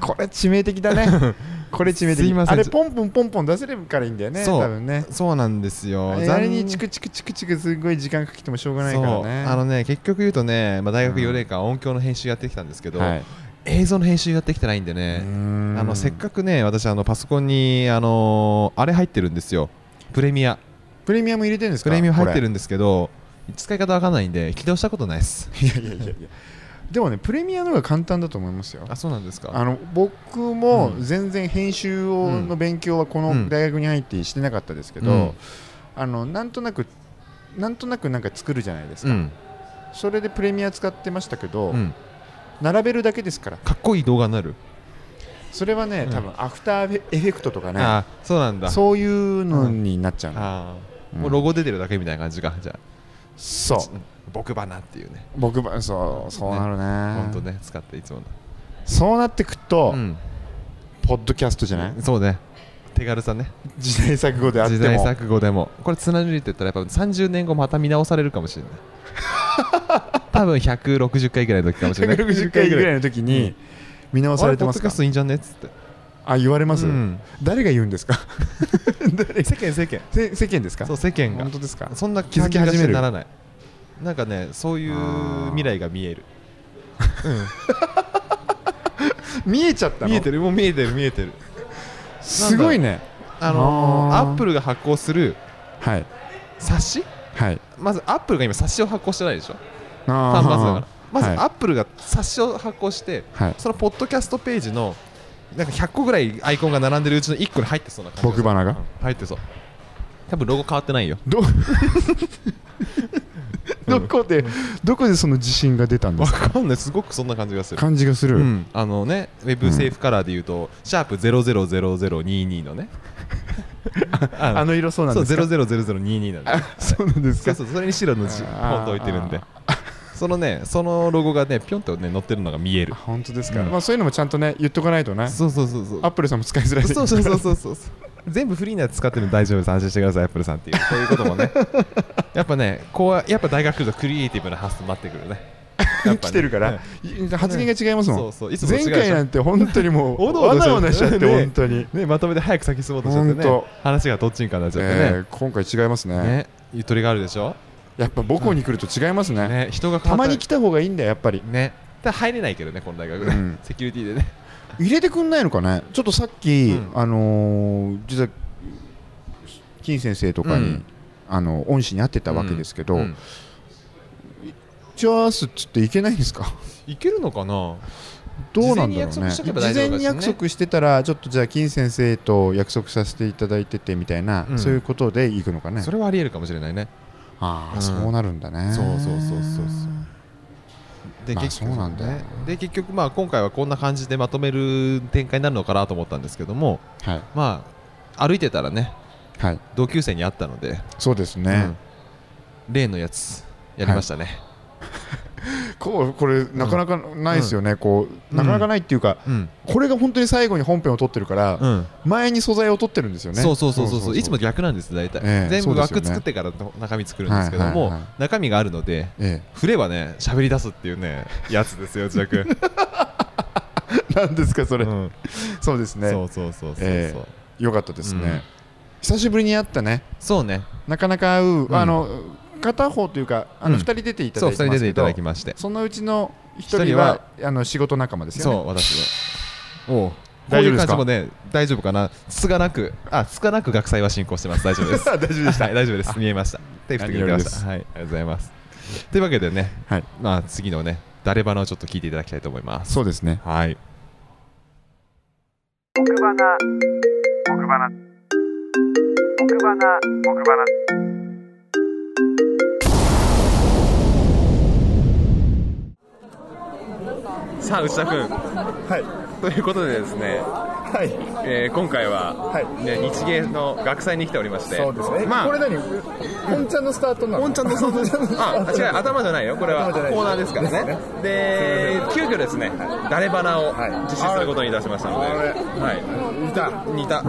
Speaker 2: これ致命的だね これ致命的
Speaker 1: すいません
Speaker 2: あれポンポンポンポン出せればからいいんだよね
Speaker 1: そう
Speaker 2: 多分ね
Speaker 1: そうなんですよ
Speaker 2: あれあれにチクチクチクチクすごい時間かけてもしょうがないから
Speaker 1: そう
Speaker 2: ね
Speaker 1: あのね結局言うとね、まあ、大学
Speaker 2: うん
Speaker 1: 4年間音響の編集やってきたんですけど、
Speaker 2: はい
Speaker 1: 映像の編集やってきてないんで
Speaker 2: うー
Speaker 1: ね、
Speaker 2: ん
Speaker 1: あのせっかくね私あのパソコンに、あのーあれ入ってるんですよプレミア
Speaker 2: プレミアム入れてるんです
Speaker 1: プ
Speaker 2: か
Speaker 1: レミアム入って
Speaker 2: こ
Speaker 1: るんですけど使い方わかんないんで起動したことないです
Speaker 2: れいやいやいやいやでもねプレミアの方が簡単だと思いますよ
Speaker 1: あそうなんです
Speaker 2: あ
Speaker 1: か
Speaker 2: の僕も
Speaker 1: うん
Speaker 2: 全然編集を
Speaker 1: うん
Speaker 2: の勉強はこ
Speaker 1: う
Speaker 2: の
Speaker 1: ん
Speaker 2: 大学に入ってしてなかったですけ
Speaker 1: う
Speaker 2: ど
Speaker 1: ん、
Speaker 2: あのなんとなくなんとなくなんか作るじゃないです
Speaker 1: う
Speaker 2: か、
Speaker 1: ん、
Speaker 2: それでプレミア使ってましたけど、
Speaker 1: うん、
Speaker 2: 並べるだけですから
Speaker 1: かっこいい動画になる、
Speaker 2: それはね、
Speaker 1: うん
Speaker 2: 多分アフターエフェクトとかね
Speaker 1: あそうなんだ
Speaker 2: そういうのになっちゃうの、
Speaker 1: あー
Speaker 2: うん
Speaker 1: もうロゴ出てるだけみたいな感じかじゃあ
Speaker 2: そう
Speaker 1: 僕バナっていうね
Speaker 2: 僕ばそうそうなるね
Speaker 1: 本当ね使っていつもの
Speaker 2: そうなってくと、
Speaker 1: うん
Speaker 2: ポッドキャストじゃない
Speaker 1: そうね手軽さね
Speaker 2: 時代錯誤であって
Speaker 1: 時代
Speaker 2: も
Speaker 1: 錯誤でもこれ貫いてったらやっぱ30年後また見直されるかもしれない 多分160回ぐらいの時かもしれない
Speaker 2: 160回ぐらいの時に、見直さ
Speaker 1: あ
Speaker 2: れ
Speaker 1: れ
Speaker 2: て
Speaker 1: ポッ
Speaker 2: ま
Speaker 1: ド
Speaker 2: す
Speaker 1: キャ
Speaker 2: か
Speaker 1: ストいいんじゃねっつって
Speaker 2: あ言われます、
Speaker 1: うん
Speaker 2: 誰が言うんですか誰
Speaker 1: 世間世間
Speaker 2: せ世間ですか
Speaker 1: そう世間が
Speaker 2: 本当ですか
Speaker 1: そんな
Speaker 2: 気づき始める
Speaker 1: 感じがしてならないなんかねそういう未来が見える
Speaker 2: 見えちゃったの
Speaker 1: 見えてるもう見えてる見えてる
Speaker 2: すごいね
Speaker 1: あのー
Speaker 2: あー
Speaker 1: アップルが発行する
Speaker 2: はい
Speaker 1: 冊子
Speaker 2: はい
Speaker 1: まずアップルが今冊子を発行してないでしょ
Speaker 2: あ
Speaker 1: 端
Speaker 2: ー
Speaker 1: 末だからまず
Speaker 2: はい
Speaker 1: アップルが冊子を発行して
Speaker 2: はい
Speaker 1: そのポッドキャストページのなんか100個ぐらいアイコンが並んでるうちの1個に入ってそうな感じ
Speaker 2: 僕花が
Speaker 1: うん入ってそう多分ロゴ変わってないよ
Speaker 2: ど どこで、どこでその自信が出たんで
Speaker 1: わ
Speaker 2: すか
Speaker 1: かんないすごくそんな感じがする
Speaker 2: 感じがする、
Speaker 1: うん、あのねウェブセーフカラーで言うと、シャープ000022のね あ
Speaker 2: あの色そうなん
Speaker 1: そう
Speaker 2: ですか
Speaker 1: 000022なんで
Speaker 2: あそうなんです
Speaker 1: そう
Speaker 2: か
Speaker 1: そうそれに白の字フ
Speaker 2: あー
Speaker 1: ォント置いてるんで そのねそのロゴがねピョンとね乗ってるのが見える
Speaker 2: あ本当ですか、
Speaker 1: うん
Speaker 2: まあ、そういうのもちゃんとね言っとかないとね
Speaker 1: そうそうそうそう
Speaker 2: アップルさんも使いづらいです
Speaker 1: そうそうそうそうそう全部フリーなやつ使ってるの大丈夫です安心してくださいアップルさんっていうそういうこと もねやっぱねこうはやっぱ大学来るとクリエイティブな発想になってくるねやっぱね
Speaker 2: 来てるから、い発言が違いますもん、
Speaker 1: そうそういつもと違う
Speaker 2: 前
Speaker 1: でしょ
Speaker 2: 回なんて本当にもう
Speaker 1: おどお
Speaker 2: わ
Speaker 1: どす
Speaker 2: な
Speaker 1: る
Speaker 2: わなしちゃっ て、
Speaker 1: ね
Speaker 2: 本当に、
Speaker 1: ねまとめて早く先進もうとしちゃってね
Speaker 2: ほんと
Speaker 1: 話がどっちにかになっちゃって
Speaker 2: え
Speaker 1: ね
Speaker 2: ー、今回違いますね
Speaker 1: ねゆとりがあるでしょ
Speaker 2: やっぱ母校に来ると違いますね
Speaker 1: ね人が
Speaker 2: た
Speaker 1: 変わ
Speaker 2: ま
Speaker 1: っ
Speaker 2: に来た方がいいんだよやっぱり
Speaker 1: ねただ入れないけどねこの大学ね
Speaker 2: うん
Speaker 1: セキュリティでね
Speaker 2: 入れてくんないのかねちょっとさっき、
Speaker 1: うん
Speaker 2: あのー実は金先生とかに、
Speaker 1: うん
Speaker 2: あの恩師に会ってたわけですけど、
Speaker 1: うんうん
Speaker 2: 打ち合わせっつっていけないんですか
Speaker 1: いけるのかな
Speaker 2: どうなんだろう
Speaker 1: 事前に約
Speaker 2: ね
Speaker 1: 束しとけば大丈夫
Speaker 2: 事前に
Speaker 1: ですね
Speaker 2: 約束してたらちょっとじゃあ金先生と約束させていただいててみたいな、
Speaker 1: うん
Speaker 2: そういうことで行くのかね
Speaker 1: それはありえるかもしれないね
Speaker 2: ああ、
Speaker 1: うん
Speaker 2: そうなるんだね
Speaker 1: そうそうそうそうそうで
Speaker 2: まあ
Speaker 1: 結局
Speaker 2: そうなんだよ
Speaker 1: ねで結局まあ今回はこんな感じでまとめる展開になるのかなと思ったんですけども
Speaker 2: はい
Speaker 1: まあ歩いてたらね
Speaker 2: はい
Speaker 1: 同級生に会ったので、
Speaker 2: そうですね、
Speaker 1: うん例のやつやりましたね、
Speaker 2: こうこれなかなかないですよね、こう
Speaker 1: うん
Speaker 2: なかなかないっていうか、
Speaker 1: うん
Speaker 2: これが本当に最後に本編を撮ってるから、
Speaker 1: うん
Speaker 2: 前に素材を撮ってるんですよね
Speaker 1: そうそうそうそうそういつも逆なんです大体、
Speaker 2: ええ
Speaker 1: 全
Speaker 2: そう
Speaker 1: 部
Speaker 2: ですよ
Speaker 1: 枠
Speaker 2: ね
Speaker 1: 作ってから中身作るんですけど
Speaker 2: はい
Speaker 1: も
Speaker 2: はいは
Speaker 1: 中身があるので
Speaker 2: え
Speaker 1: 振ればね喋り出すっていうねやつですよ自宅、
Speaker 2: えなんです かそれ、
Speaker 1: うん
Speaker 2: そうですね
Speaker 1: そうそうそうそうそう、
Speaker 2: ええよかったですね、
Speaker 1: うん
Speaker 2: 久しぶりに会ったね
Speaker 1: そうね
Speaker 2: なかなか会う、
Speaker 1: ん
Speaker 2: あの片方というかあの
Speaker 1: う
Speaker 2: 二
Speaker 1: ん
Speaker 2: 人出ていた
Speaker 1: そう
Speaker 2: だい
Speaker 1: 2
Speaker 2: て
Speaker 1: 人出
Speaker 2: ま
Speaker 1: て
Speaker 2: すけ
Speaker 1: いた
Speaker 2: ど
Speaker 1: だきまして
Speaker 2: そのうちの一
Speaker 1: 一
Speaker 2: 人
Speaker 1: 人
Speaker 2: は
Speaker 1: は
Speaker 2: あの仕事仲間ですよ
Speaker 1: そ
Speaker 2: ね
Speaker 1: う私ねおうこう
Speaker 2: 大丈夫
Speaker 1: いう
Speaker 2: です
Speaker 1: 感
Speaker 2: か
Speaker 1: じもね大丈夫かなつがなくあつがなく学祭は進行してます大丈夫です 大丈夫でした、はい、大丈夫です見えました手振ってくれてまし
Speaker 2: 何
Speaker 1: たはいありがとうございますというわけでね、
Speaker 2: はい
Speaker 1: まあ次のね誰バナをちょっと聞いていただきたいと思います
Speaker 2: そうですね
Speaker 1: はい
Speaker 3: 奥花奥花奥花奥花
Speaker 1: さあ内田君
Speaker 3: はい
Speaker 1: ということでですね、
Speaker 3: はい
Speaker 1: えー今回は、
Speaker 3: はい
Speaker 1: ね、日芸の学祭に来ておりまして
Speaker 3: そうですね、
Speaker 1: まあ
Speaker 3: これ何本ちゃんのスタートなの
Speaker 1: ポンちゃんの想像あ、違う、頭じゃないよ、これは
Speaker 3: 頭じゃない
Speaker 1: コーナーですからね。で、急遽ですね、誰バナを
Speaker 3: はい
Speaker 1: 実施することにいたしましたので、
Speaker 3: あれ
Speaker 1: はい
Speaker 3: た
Speaker 1: い、似た、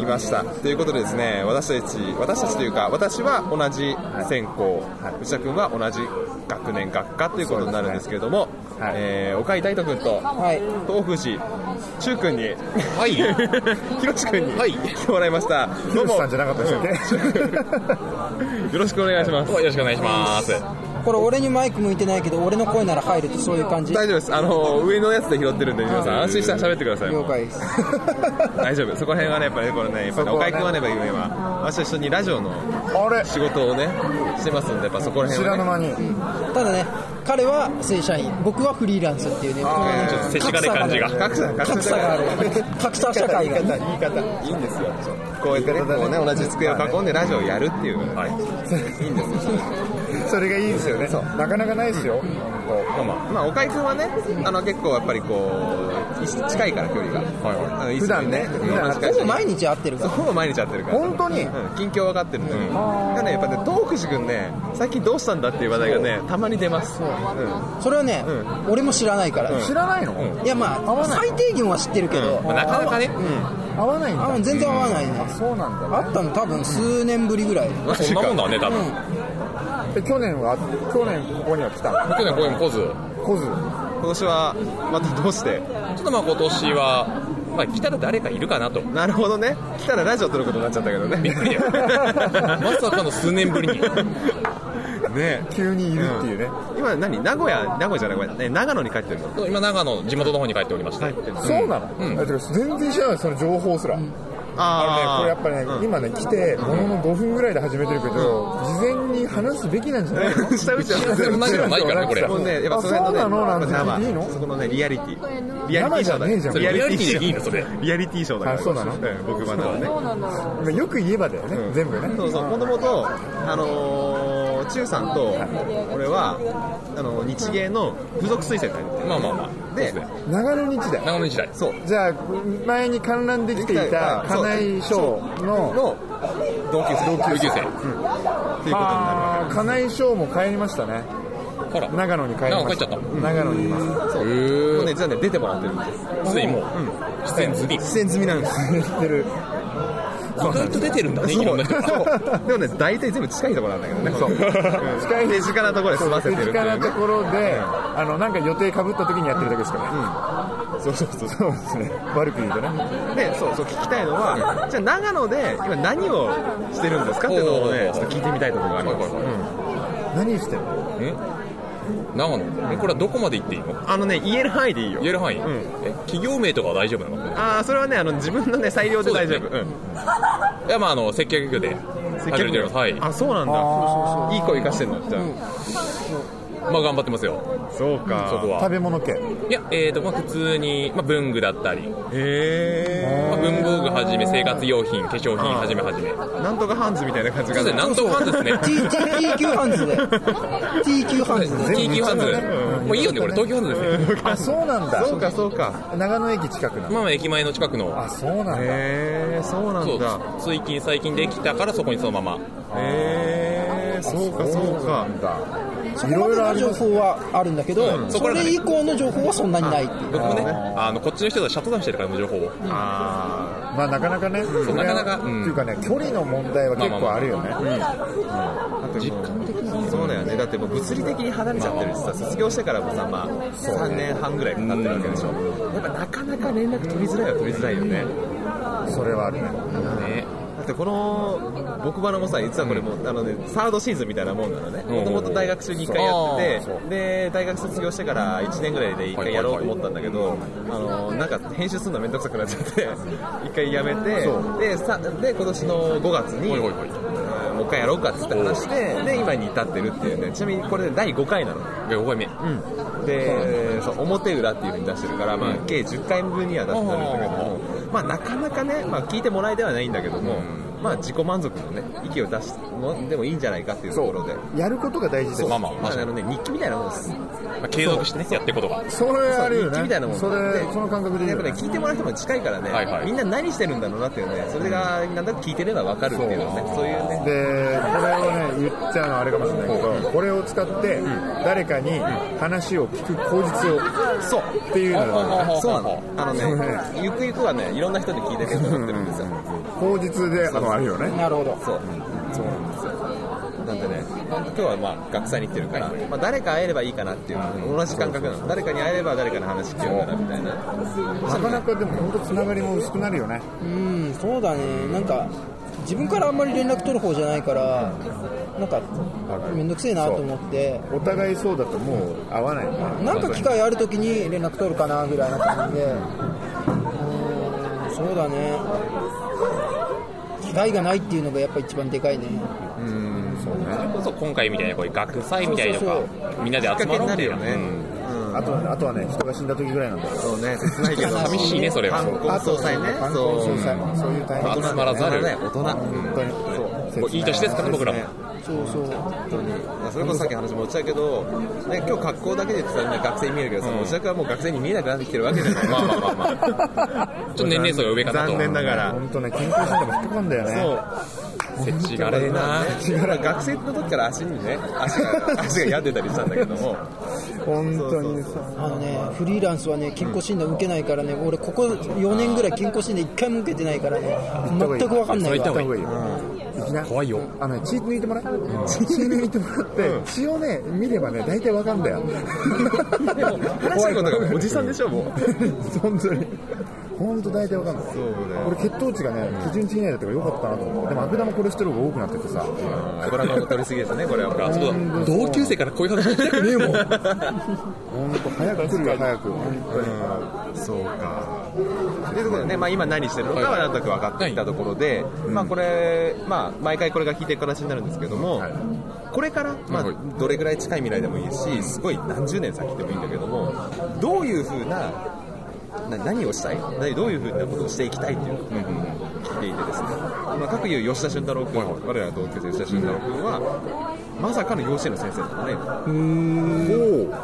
Speaker 1: いました。ということでですね、私たち、私たちというか、私は同じ専攻、内田君は同じ学年学科ということになるんですけれども、
Speaker 3: はい
Speaker 1: えー岡井大斗君と
Speaker 3: はい
Speaker 1: 東藤中君に、 はい、ひろし君に、来てもらいました。どうも、
Speaker 3: さんじゃなかったでしたっけ
Speaker 1: よろしくお願いします。よろしくお願いします。
Speaker 4: これ俺にマイク向いてないけど俺の声なら入るってそういう感じ
Speaker 1: 大丈夫ですあの上のやつで拾ってるんで皆さん安心して喋ってください
Speaker 4: 了 解です
Speaker 1: 大丈夫そこら辺はねやっぱりねこれねやっぱり
Speaker 3: そこ
Speaker 1: 岡
Speaker 3: は
Speaker 1: 井
Speaker 3: ね
Speaker 1: 君はねやっぱ今私と一緒にラジオの
Speaker 3: あれ
Speaker 1: 仕事をねしてますんでやっぱそこら
Speaker 3: 知
Speaker 1: 辺
Speaker 3: ら
Speaker 1: は
Speaker 3: ぬ
Speaker 1: ね
Speaker 3: 間に
Speaker 4: ただね彼は正社員僕はフリーランスっていうねこの
Speaker 1: ちょっと
Speaker 5: 世知辛い感じが
Speaker 1: 格差格
Speaker 4: 格
Speaker 1: 差
Speaker 4: 差
Speaker 1: が
Speaker 4: が
Speaker 1: あ
Speaker 4: あ
Speaker 1: る
Speaker 4: る格差社会が
Speaker 3: 言い方
Speaker 1: いいんですよこうやってねこうね同じ机を囲んでラジオをやるっていういいんですよ
Speaker 3: それがいいですよねなかなかないですよ、こう
Speaker 1: まあ、岡井君はね、あの結構やっぱりこう、い近いから距離が、あのいつも
Speaker 3: 普段ね
Speaker 1: うん
Speaker 3: 普段
Speaker 1: 同じ会社
Speaker 4: ほぼ
Speaker 1: に
Speaker 4: 毎日会ってるから
Speaker 1: ほぼ毎日会ってるから
Speaker 3: 本当に
Speaker 1: うん近況分かってるんだけどただねやっぱね東福寺君ね最近どうしたんだっていう話題がねたまに出ますうん
Speaker 4: それはね、俺も知らないから、
Speaker 3: 知らないの、
Speaker 1: ん
Speaker 4: いやまあ最低限は知ってるけど、
Speaker 1: まあなかなかね
Speaker 3: 合わないん
Speaker 4: あ
Speaker 3: だ
Speaker 4: 全然合わないね、
Speaker 3: そうなんだ、ね、
Speaker 4: あったの多分数年ぶりぐらい、
Speaker 1: マジ
Speaker 5: そ
Speaker 1: か
Speaker 5: んなもんだね多分、
Speaker 3: で去年は去年ここには来たの
Speaker 5: 去年こういうの来ずちょ
Speaker 3: 来ず
Speaker 1: 今年はまたどうして
Speaker 5: っとまあ今年は、まあ、来たら誰かいるかな と
Speaker 1: なるほどね来たらラジオ撮ることになっちゃったけどね
Speaker 5: びっくりだよまさかの数年ぶりに
Speaker 1: ね
Speaker 3: 急にいるっていうね、
Speaker 1: 今何名古屋名古屋じゃないごめんね長野に帰ってるの
Speaker 5: 今長野地元の方に帰っておりまして、
Speaker 1: 帰ってる
Speaker 3: そうなの、
Speaker 5: うん
Speaker 3: だって全然知らないその情報すら、あ
Speaker 1: あ
Speaker 3: のね、これやっぱね、今ね来てものの5分ぐらいで始めてるけど、事前に話すべきなんじゃないの
Speaker 1: 下打ち は
Speaker 5: でも何もないからねこれ
Speaker 1: もうねやっぱ
Speaker 3: あ
Speaker 1: そ
Speaker 3: そ
Speaker 1: の
Speaker 3: う
Speaker 1: 辺
Speaker 3: な
Speaker 1: のね
Speaker 3: のなんて
Speaker 1: やっぱ
Speaker 3: いいの
Speaker 1: そこのねリアリティリアリティショーだ
Speaker 3: 生じゃねえじゃん
Speaker 1: それ
Speaker 5: リアリティでいいのそれ
Speaker 1: リアリティショーだから
Speaker 3: あそうなの
Speaker 1: ん僕はなんかね
Speaker 3: まあよく言えばだよね、
Speaker 1: うん
Speaker 3: 全部ね
Speaker 1: そうそう、もともと、あのー、中さんと、俺は、あの日芸の付属推薦会
Speaker 5: まあまあまあ
Speaker 1: で、
Speaker 3: 長野日大
Speaker 5: 長野時代
Speaker 1: そう、
Speaker 3: じゃあ前に観覧できていた
Speaker 1: そう
Speaker 3: 金井翔の
Speaker 1: の、同級生。同
Speaker 5: 同級生
Speaker 1: っていうことになるわ
Speaker 3: あー金井翔も帰りましたね
Speaker 5: ほら
Speaker 3: 長野に帰りました
Speaker 5: 長野帰っちゃ
Speaker 3: 長野にいます
Speaker 1: け。そう。
Speaker 5: ー
Speaker 1: もうね、実はね、出てもらってるんです。
Speaker 5: すでにもう、出演済み意
Speaker 1: 出演済みなんです。
Speaker 3: 知ってる
Speaker 5: 外と出てるんだねいろんな人が
Speaker 1: そうでもね、大体全部近いところなんだけどね、そう。
Speaker 3: 近い
Speaker 1: 手近なところで済ませてるってい
Speaker 3: 身
Speaker 1: う
Speaker 3: 近
Speaker 1: ね
Speaker 3: なところであのなんか予定かぶった時にやってるだけですからね、
Speaker 1: そうそうそう。
Speaker 3: そうですね悪く言うとね
Speaker 1: で、そうそう、聞きたいのは、じゃあ長野で今何をしてるんですかっていうのをね、
Speaker 5: おー
Speaker 1: ちょっと聞いてみたいところがあります。
Speaker 5: はいはい
Speaker 1: うん
Speaker 3: 何してんの
Speaker 5: え長野えこれはどこまで行っていいの
Speaker 1: あのね、言える範囲でいいよ。
Speaker 5: 言える範囲、
Speaker 1: うん
Speaker 5: え企業名とかは大丈夫なの
Speaker 1: ああそれはねあの自分のね裁量で大丈夫
Speaker 5: そううだよいやまああの接客業で
Speaker 1: ん
Speaker 5: 始めてるはい
Speaker 1: あそうなんだいい声生かしてんのじゃ
Speaker 5: まあ頑張ってますよ
Speaker 1: あそうか
Speaker 5: そこ
Speaker 3: 食
Speaker 5: は
Speaker 3: べ物系
Speaker 5: いやえーとまあ普通に、まあ、文具だったり、
Speaker 1: へ
Speaker 5: まあ、文房具はじめ生活用品化粧品はじめはじめ
Speaker 1: えなんとかハンズみたいな感じが
Speaker 5: そうですね、なんとかハンズですね。
Speaker 4: T TQ ハン ズで TQ ハンズで
Speaker 5: TQ ハンズ。もういいよね、これ、東京ハンズですね。
Speaker 3: あそうなんだ
Speaker 1: そうかそうか
Speaker 3: 長野駅近くなの
Speaker 5: まあまあ、駅前の近くの、
Speaker 3: あそうなんだ
Speaker 1: へえそうな
Speaker 5: そ
Speaker 1: ん
Speaker 5: う
Speaker 1: だ、
Speaker 5: 最近、最近できたから、そこにそのまま。
Speaker 1: へえそうかそうか
Speaker 4: そ
Speaker 3: いろ
Speaker 4: こ
Speaker 3: いろ
Speaker 4: ま
Speaker 3: あ
Speaker 4: で
Speaker 3: り
Speaker 4: の
Speaker 3: ま
Speaker 4: 情
Speaker 3: す
Speaker 4: 報はあるんだけど、
Speaker 5: んそ
Speaker 4: そ
Speaker 5: こらがね
Speaker 4: れ以降の情報はそんなにないっていう
Speaker 5: 僕もね、あの、こっちの人とシャットダウンしてるから、もう情報を。
Speaker 1: あ
Speaker 3: まあなかなかね、それは
Speaker 5: なかなかうん
Speaker 3: っていうかね距離の問題は結構あるよね、
Speaker 1: ああと実感的にそうだよねだってもう物理的に離れちゃってるしさ卒業してからもさまあ3年半ぐらいかかってるわけでしょやっぱなかなか連絡取りづらいは取りづらいよね、
Speaker 3: それはあるね
Speaker 5: ね。
Speaker 1: だってこの僕バナもさ実はこれも、あのねサードシーズンみたいなもんなのね
Speaker 5: うん
Speaker 1: もともと大学中に1回やって
Speaker 5: そ
Speaker 1: てで大学卒業してから1年ぐらいで1回やろうと思ったんだけど、あのなんか編集するのめんどくさくなっちゃって 1回やめ
Speaker 3: そう
Speaker 1: てでさで今年の5月に
Speaker 5: ほいほいほい。
Speaker 1: うんもう1回やろうかって話してで今に至ってるっていうねちなみにこれで第5回なの
Speaker 5: で、5回目。
Speaker 1: でそう表裏っていうふうに出してるから、まあ、計10回分には出してるんだけども、まあ、なかなかね、まあ、聞いてもらえではないんだけども、まあ、自己満足のね、息を出してもでもいいんじゃないかっていうところで。
Speaker 3: やることが大事です
Speaker 5: まあまあ、ま
Speaker 1: まあ、
Speaker 5: あ
Speaker 1: あのね、日記みたいなもんです。
Speaker 5: まあ継続してね、やってることが。
Speaker 3: それあるよ
Speaker 1: 日記みたいなも
Speaker 3: ね
Speaker 1: ん
Speaker 3: それその感覚でいい
Speaker 1: やっ
Speaker 3: よ
Speaker 1: ぱね
Speaker 3: ね
Speaker 1: 聞いてもらう人も近いからね、
Speaker 5: はいはい
Speaker 1: みんな何してるんだろうなっていうねそれがなんだか聞いてれば分かるっていうねそういう
Speaker 3: でこれをね
Speaker 1: ね
Speaker 3: 言っちゃうのはあれかもしれないけどこれを使って誰かに話を聞く口実を
Speaker 1: そう
Speaker 3: っていうのがね
Speaker 5: ほう
Speaker 1: そうな
Speaker 5: ほうほ
Speaker 1: のあの
Speaker 3: そうだ
Speaker 1: ねゆくゆくはねいろんな人に聞いてるようになってるんですよ
Speaker 3: 口実であのあるよね
Speaker 4: なるほど。
Speaker 1: そうそうなんですよなんでね今日はまあ学祭に来てるから、まあ、誰か会えればいいかなっていう同じ感覚なの誰かに会えれば誰かの話聞けるからみたいな
Speaker 3: なかなかでも本当つながりも薄くなるよね
Speaker 4: うん、そうだね。なんか、自分からあんまり連絡取る方じゃないから、なんか、めんどくせえなと思って、
Speaker 3: お互いそうだともう合わないよね
Speaker 4: なんか機会あるときに連絡取るかなぐらいな感じで、うーん、そうだね。機会がないっていうのがやっぱ一番でかいね。
Speaker 5: それこそ今回みたいな、こういう学祭みたいなの
Speaker 4: そう
Speaker 5: が、みんなで集まろうっていう。
Speaker 1: きっかけになるよね
Speaker 5: うん
Speaker 3: あとはあとはね人が死んだ時ぐらいなんだよ
Speaker 1: そうね切ないけど
Speaker 5: 寂しいね、それは。
Speaker 1: 冠婚葬祭ね
Speaker 3: 冠
Speaker 1: そう
Speaker 3: 婚葬祭そういうタイミング
Speaker 5: 集まらざ
Speaker 1: 大
Speaker 5: る
Speaker 1: 人だよ大人
Speaker 3: 本当に
Speaker 5: こういい年ですからね、僕らも。
Speaker 4: そうそう。
Speaker 1: 本当にまあそれこそさっきの話も落ちたけど、ね、今日格好だけで言ってたら学生に見えるけどさ、
Speaker 5: ん
Speaker 1: 落ちたはもう学生に見えなくなってきてるわけじゃない
Speaker 5: まあまあまあまあ。ちょっと年齢層が上かなと。
Speaker 1: 残念ながら
Speaker 3: 本当ね健康診断も引っかかんだよね
Speaker 5: 設置が
Speaker 1: あ
Speaker 5: あれ
Speaker 1: れ
Speaker 5: だな
Speaker 1: な。だから学生の時から足にね足 が足が病んでたりしたんだけども
Speaker 3: 本当にさ
Speaker 4: あのね、フリーランスはね、健康診断受けないからね、俺、ここ4年ぐらい健康診断1回も受けてないからね、全く分かんない
Speaker 5: 行った
Speaker 4: わ
Speaker 5: 方がいい。
Speaker 3: いいよいきな
Speaker 5: 怖いよ。
Speaker 3: あのね、血抜いてもらう血抜いてもらって、血をね見ればね大体わかんだよ
Speaker 1: でも話してることがおじさんでしょもう
Speaker 3: 本当に本当大体わかんない
Speaker 1: そうだよ
Speaker 3: 俺血糖値がね基準値以内だったからよかったなと思ってでも悪玉コレステロールが多くなっててさ
Speaker 1: ドラマの取りすぎですねこれはも
Speaker 5: あ、
Speaker 1: う
Speaker 5: そうだ。同級生からこういう話したくねえもん。
Speaker 3: 本当早く来るよ早く
Speaker 1: そうかというところでね、まあ、今何してるのかはなんとなく分かってきたところで、まあこれ、まあ、毎回これが聞いていく形になるんですけども、
Speaker 3: はい
Speaker 1: これから、ま
Speaker 5: は
Speaker 1: あ、
Speaker 5: い
Speaker 1: どれぐらい近い未来でもいいし、すごい何十年先でもいいんだけども、どういうふうな、な何をしたい何どういうふうなことをしていきたいっていうのを聞いていてですね、まあ、各言う吉田俊太郎君、我らの同級生吉田俊太郎君は、まさかの幼稚園の先生だったね。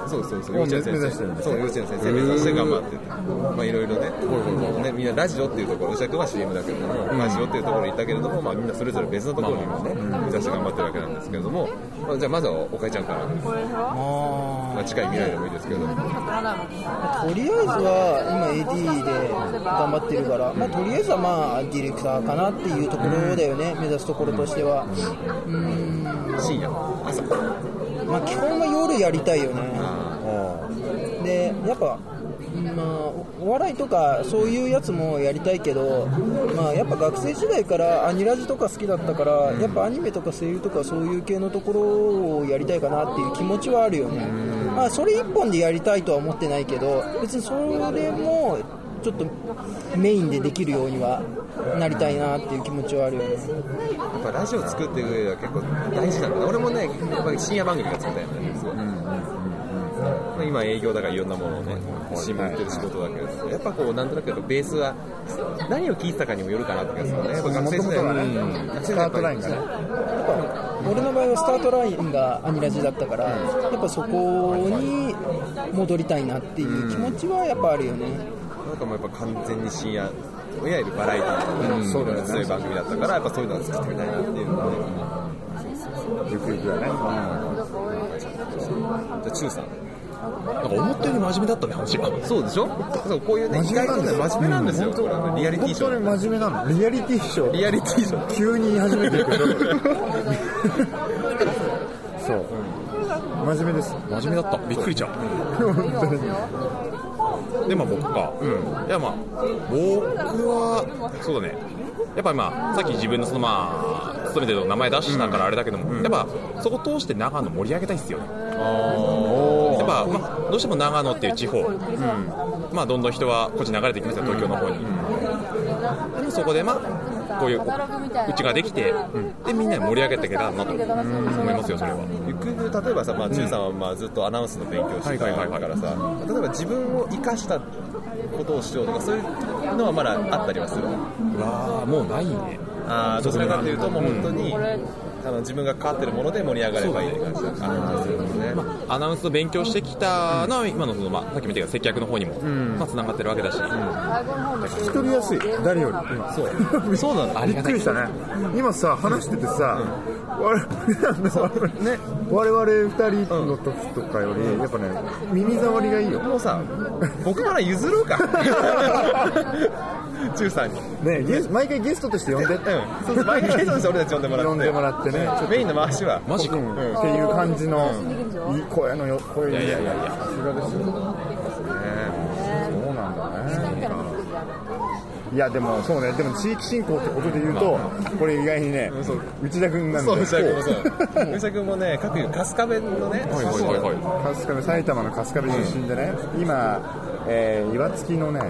Speaker 1: そうそうそう、幼稚園先
Speaker 3: 目
Speaker 1: 生。
Speaker 3: 指してるんだ
Speaker 1: そう、幼稚園先生目指して頑張ってて。まあいろいろね、ね、みんなラジオっていうところ、うしゃくは CM だけども、ラジオっていうところにいたけれども、まあみんなそれぞれ別のところにもね、目指して頑張ってるわけなんですけれども、まあじゃあまずはおかえちゃんから、まあ近い未来でもいいですけど、
Speaker 4: とりあえずは今 AD で頑張ってるから、まあ、とりあえずはまあディレクターかなっていうところだよね、目指すところとしては、
Speaker 1: 深夜、朝。
Speaker 4: まあ、基本は夜やりたいよね
Speaker 1: あ
Speaker 4: でやっぱ、まあ、お笑いとかそういうやつもやりたいけど、まあ、やっぱ学生時代からアニラジとか好きだったから、やっぱアニメとか声優とかそういう系のところをやりたいかなっていう気持ちはあるよね、まあ、それ一本でやりたいとは思ってないけど別にそれもちょっとメインでできるようにはなりたいなっていう気持ちはあるよね
Speaker 1: ーやっぱラジオ作っていく上では結構大事なんだ。俺もね、やっぱり深夜番組が作りたいんだよね、すごい。まあ今営業だからいろんなものをね新聞売ってる仕事だけれどもやっぱこうなんとなくやっぱベースは何を聞いてたかにもよるかなって気がするねやっぱ学生時代
Speaker 3: 元々は
Speaker 1: うん学生時
Speaker 3: スタ
Speaker 1: 代
Speaker 3: ートラインがね
Speaker 1: やっぱ
Speaker 4: 俺の場合はスタートラインがアニラジだったから、やっぱそこに戻りたいなっていう気持ちはやっぱあるよね、
Speaker 1: りなんかもうやっぱ完全に深夜いわゆるバラエティーの、そうだねそういう番組だったからやっぱそういうのは作ってみたいなっていうので、
Speaker 3: ゆくゆくはね
Speaker 1: じゃあ中さん
Speaker 5: なんか思ったより真面目だったね、話が。
Speaker 1: そうでしょそうこういうね意
Speaker 3: 真面
Speaker 1: 外
Speaker 3: 目な
Speaker 1: と
Speaker 3: んだ
Speaker 1: ね
Speaker 3: よ
Speaker 1: 真面目なんですよ、これはねリアリティー
Speaker 3: 本
Speaker 1: ショ
Speaker 3: 当
Speaker 1: ー
Speaker 3: に真面目なのリアリティショー
Speaker 1: リアリティーショー
Speaker 3: 急に言い始め てるけどそう真面目です
Speaker 5: 真面目だった。びっくりちゃう。
Speaker 3: 本
Speaker 5: で、まあ僕か。うん。いやまあ、僕は、そうだね。やっぱ今、さっき自分のそのまあ、勤めてるとこ名前出したからあれだけども、やっぱそこ通して長野盛り上げたいっすよね。やっぱ、まあ、どうしても長野っていう地方、まあ、どんどん人はこっち流れてきますよ、東京の方に。でもそこで、まあ、こういううちができて、でみんなで盛り上げていけたらなと思いますよ、それは。
Speaker 1: ゆくゆく例えばさ、まあ、中さんはまあずっとアナウンスの勉強してた
Speaker 5: はいはいはいはい
Speaker 1: からさ、例えば自分を生かしたことをしようとか、そういうのはまだあったりはする。
Speaker 5: うわー、もうないね。
Speaker 1: あーどちらかというともう本当に、あの自分が関わってるもので盛り上がればいいって感じだ感じですね、
Speaker 5: アナウンスを勉強してきたのは今のその、まあ、さっきも言ったけど接客の方にもつな、繋がってるわけだし、
Speaker 3: 聞き取りやすい誰より今
Speaker 1: そうそうなの
Speaker 5: あり
Speaker 3: びっ
Speaker 5: が
Speaker 3: く
Speaker 5: たい
Speaker 3: りしたね今さ話しててさ、我々ね、我々2人の時とかより、やっぱね耳障りがいいよ
Speaker 1: もうさ僕から譲ろう か中さんに
Speaker 3: ねゲス毎回ゲストとして呼んでって
Speaker 1: うんそうそう毎回ゲストとして俺たち呼んでもらって
Speaker 3: 呼んでもらってね
Speaker 1: メインの回しは
Speaker 5: マジか、
Speaker 3: うんっていう感じの、いい声のよ声
Speaker 5: いやいやいやいや
Speaker 3: さすがですよそうなんだねいやでもそうねでも地域振興ってことで言うと、これ意外にね、
Speaker 1: そう
Speaker 3: 内田君なんで
Speaker 1: そう内田君も そう内田君もね各春日部のね
Speaker 5: はいはいはいはい
Speaker 3: 春日部埼玉の春日部出身でね、今、えー岩槻のね、あ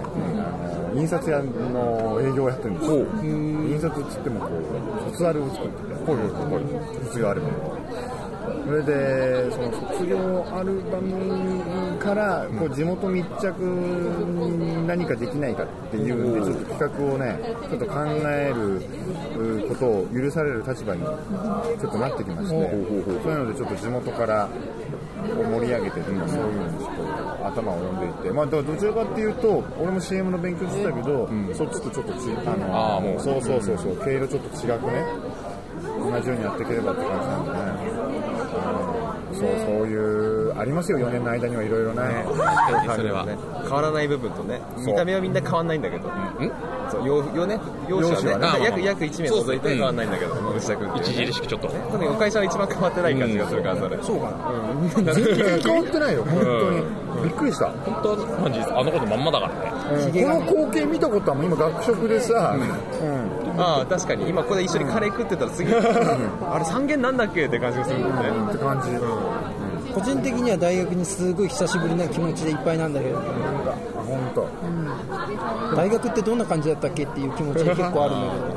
Speaker 3: の印刷屋の営業をやってるんですよ印刷っつってもこう卒アルを作ってて、卒業アルバムそれでその卒業アルバムからこう地元密着に何かできないかっていうんでちょっと企画をねちょっと考えるうことを許される立場にちょっとなってきましてそういうのでちょっと地元からを盛り上げてとかそういうのにちょっと頭を読んでいってまあだからどちらかっていうと俺も CM の勉強してたけどそっちとちょっとちあの
Speaker 5: あーもう
Speaker 3: そうそうそうそう毛色ちょっと違くね同じようにやっていければって感じなんでねそうそういうありますよ4年の間にはいろいろね
Speaker 1: 確かにそれはね変わらない部分とね
Speaker 3: そう
Speaker 1: 見た目はみんな変わんないんだけど
Speaker 5: ん
Speaker 1: そうようよね容姿はね
Speaker 5: 容姿はね
Speaker 1: なんか約約1名
Speaker 5: そう
Speaker 1: 除いて変わんないんだけど内田君っていうね
Speaker 5: 著しくちょっと
Speaker 1: 特にお会社は一番変わってない感じがするからそれ
Speaker 3: そうかな全然変わってないよ本当にびっくりした
Speaker 5: 本当はマジですあの子のまんまだからね
Speaker 3: うんこの光景見たことはもう今学食でさうん
Speaker 1: ああ確かに今ここで一緒にカレー食ってたら 次あれ三軒なんだっけって感じがするもんね
Speaker 3: って感じ
Speaker 4: 個人的には大学にすごい久しぶりな気持ちでいっぱいなんだけど、なんか
Speaker 3: あ本当
Speaker 4: 大学ってどんな感じだったっけっていう気持ちが結構あるんだけど
Speaker 3: でも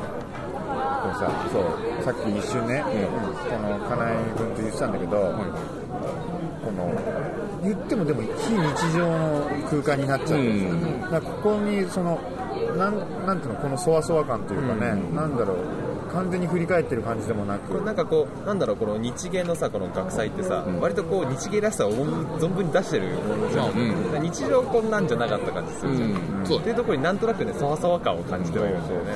Speaker 3: さそうさっき一瞬ね、この金井君と言ってたんだけど、この言ってもでも非日常の空間になっちゃう
Speaker 5: うん
Speaker 3: んですよ、だからここにそのなんなんていうのこのそわそわ感というかね、なんだろう完全に振り返ってる感じでもなく、
Speaker 1: これなんかこうなんだろうこの日芸のさこの学祭ってさ、割とこう日芸らしさを存分に出してるものじゃん、
Speaker 5: まあうん
Speaker 1: だから日常こんなんじゃなかった感じするじゃん、
Speaker 5: うんそうだね
Speaker 1: っていうところになんとなくねそわそわ感を感じてはいるんだよね、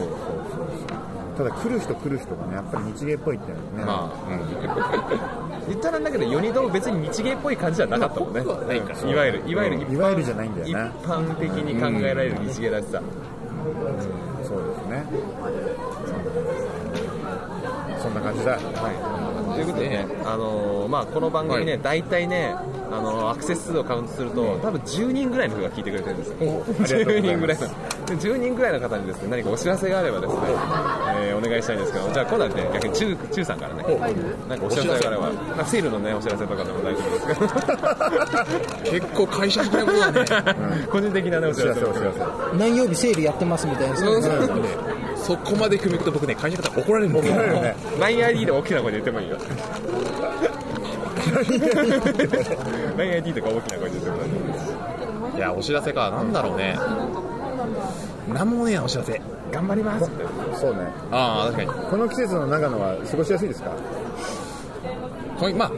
Speaker 3: ただ来る人来る人がねやっぱり日芸っぽいっていうのね、
Speaker 5: まあ、
Speaker 1: 言ったらなんだけど4人とも別に日芸っぽい感じじゃなかったもんね、
Speaker 5: ないから
Speaker 1: いわゆるいわゆる一
Speaker 3: いわゆるじゃないんだよね
Speaker 1: 般的に考えられる日芸らしさ、
Speaker 3: そうですねそんな感じだ
Speaker 1: ということでね、あのーまあ、この番組ね、
Speaker 5: はい
Speaker 1: 大体ね、あのーアクセス数をカウントすると、多分10人ぐらいの人が聞いてくれてるんですよ、10人ぐらいの、10人ぐらいの方にですね何かお知らせがあればですね、えーお願いしたいんですけど、じゃあ、今度はね、逆に中中さんからね、なんかお知らせがあれば、なんかセールのね、お知らせとかでも大丈夫です
Speaker 5: 結構会社的なこ とだね
Speaker 1: けど、個人的なね、お知らせ
Speaker 3: お知らせお知ら
Speaker 4: 何曜日セールやってますみたいなそういうの
Speaker 5: そこまで組み行くと僕ね会社の方怒られるんですよ
Speaker 3: だよね
Speaker 1: LINEID で大きな声で言ってもいいよ LINEID とか大きな声で言ってもらって
Speaker 5: いやお知らせかなんだろうねなんもねえなお知らせ
Speaker 1: 頑張りますって
Speaker 3: そうね
Speaker 5: ああ確か
Speaker 3: この季節の長野は過ごしやすいですか
Speaker 5: にこれまあ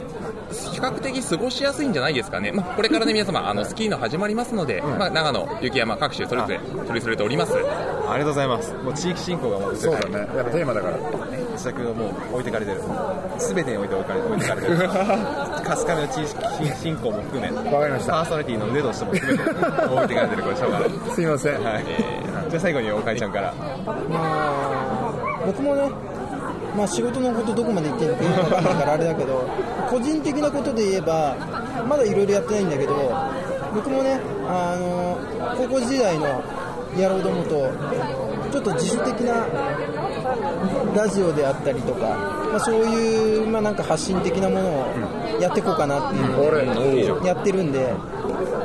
Speaker 5: 比較的過ごしやすいんじゃないですかね、まあ、これ からね皆様あのスキーの始まりますので、まあ、長野雪山各種それぞれ取り揃えております
Speaker 1: ありがとうございますもう地域振興がもう
Speaker 3: そうだねやっぱテーマだから
Speaker 1: 自宅をもう置いてかれてる全てに置いて置かれ置いてかれてる春日部の地域振興も含め
Speaker 3: わかりました
Speaker 1: パーソナリティの腕としても含めて置いてかれてるこれしょうがない、
Speaker 3: すいません、
Speaker 1: はいじゃあ最後におかえちゃんから
Speaker 4: まあ僕もねまあ仕事のことどこまで言っていいのかよくわかんないからあれだけど個人的なことで言えばまだいろいろやってないんだけど僕もねあの高校時代の野郎どもとちょっと自主的なラジオであったりとか、まあ、そういう、まあ、なんか発信的なものをやっていこうかなっていう
Speaker 3: 俺の
Speaker 4: やってるんで、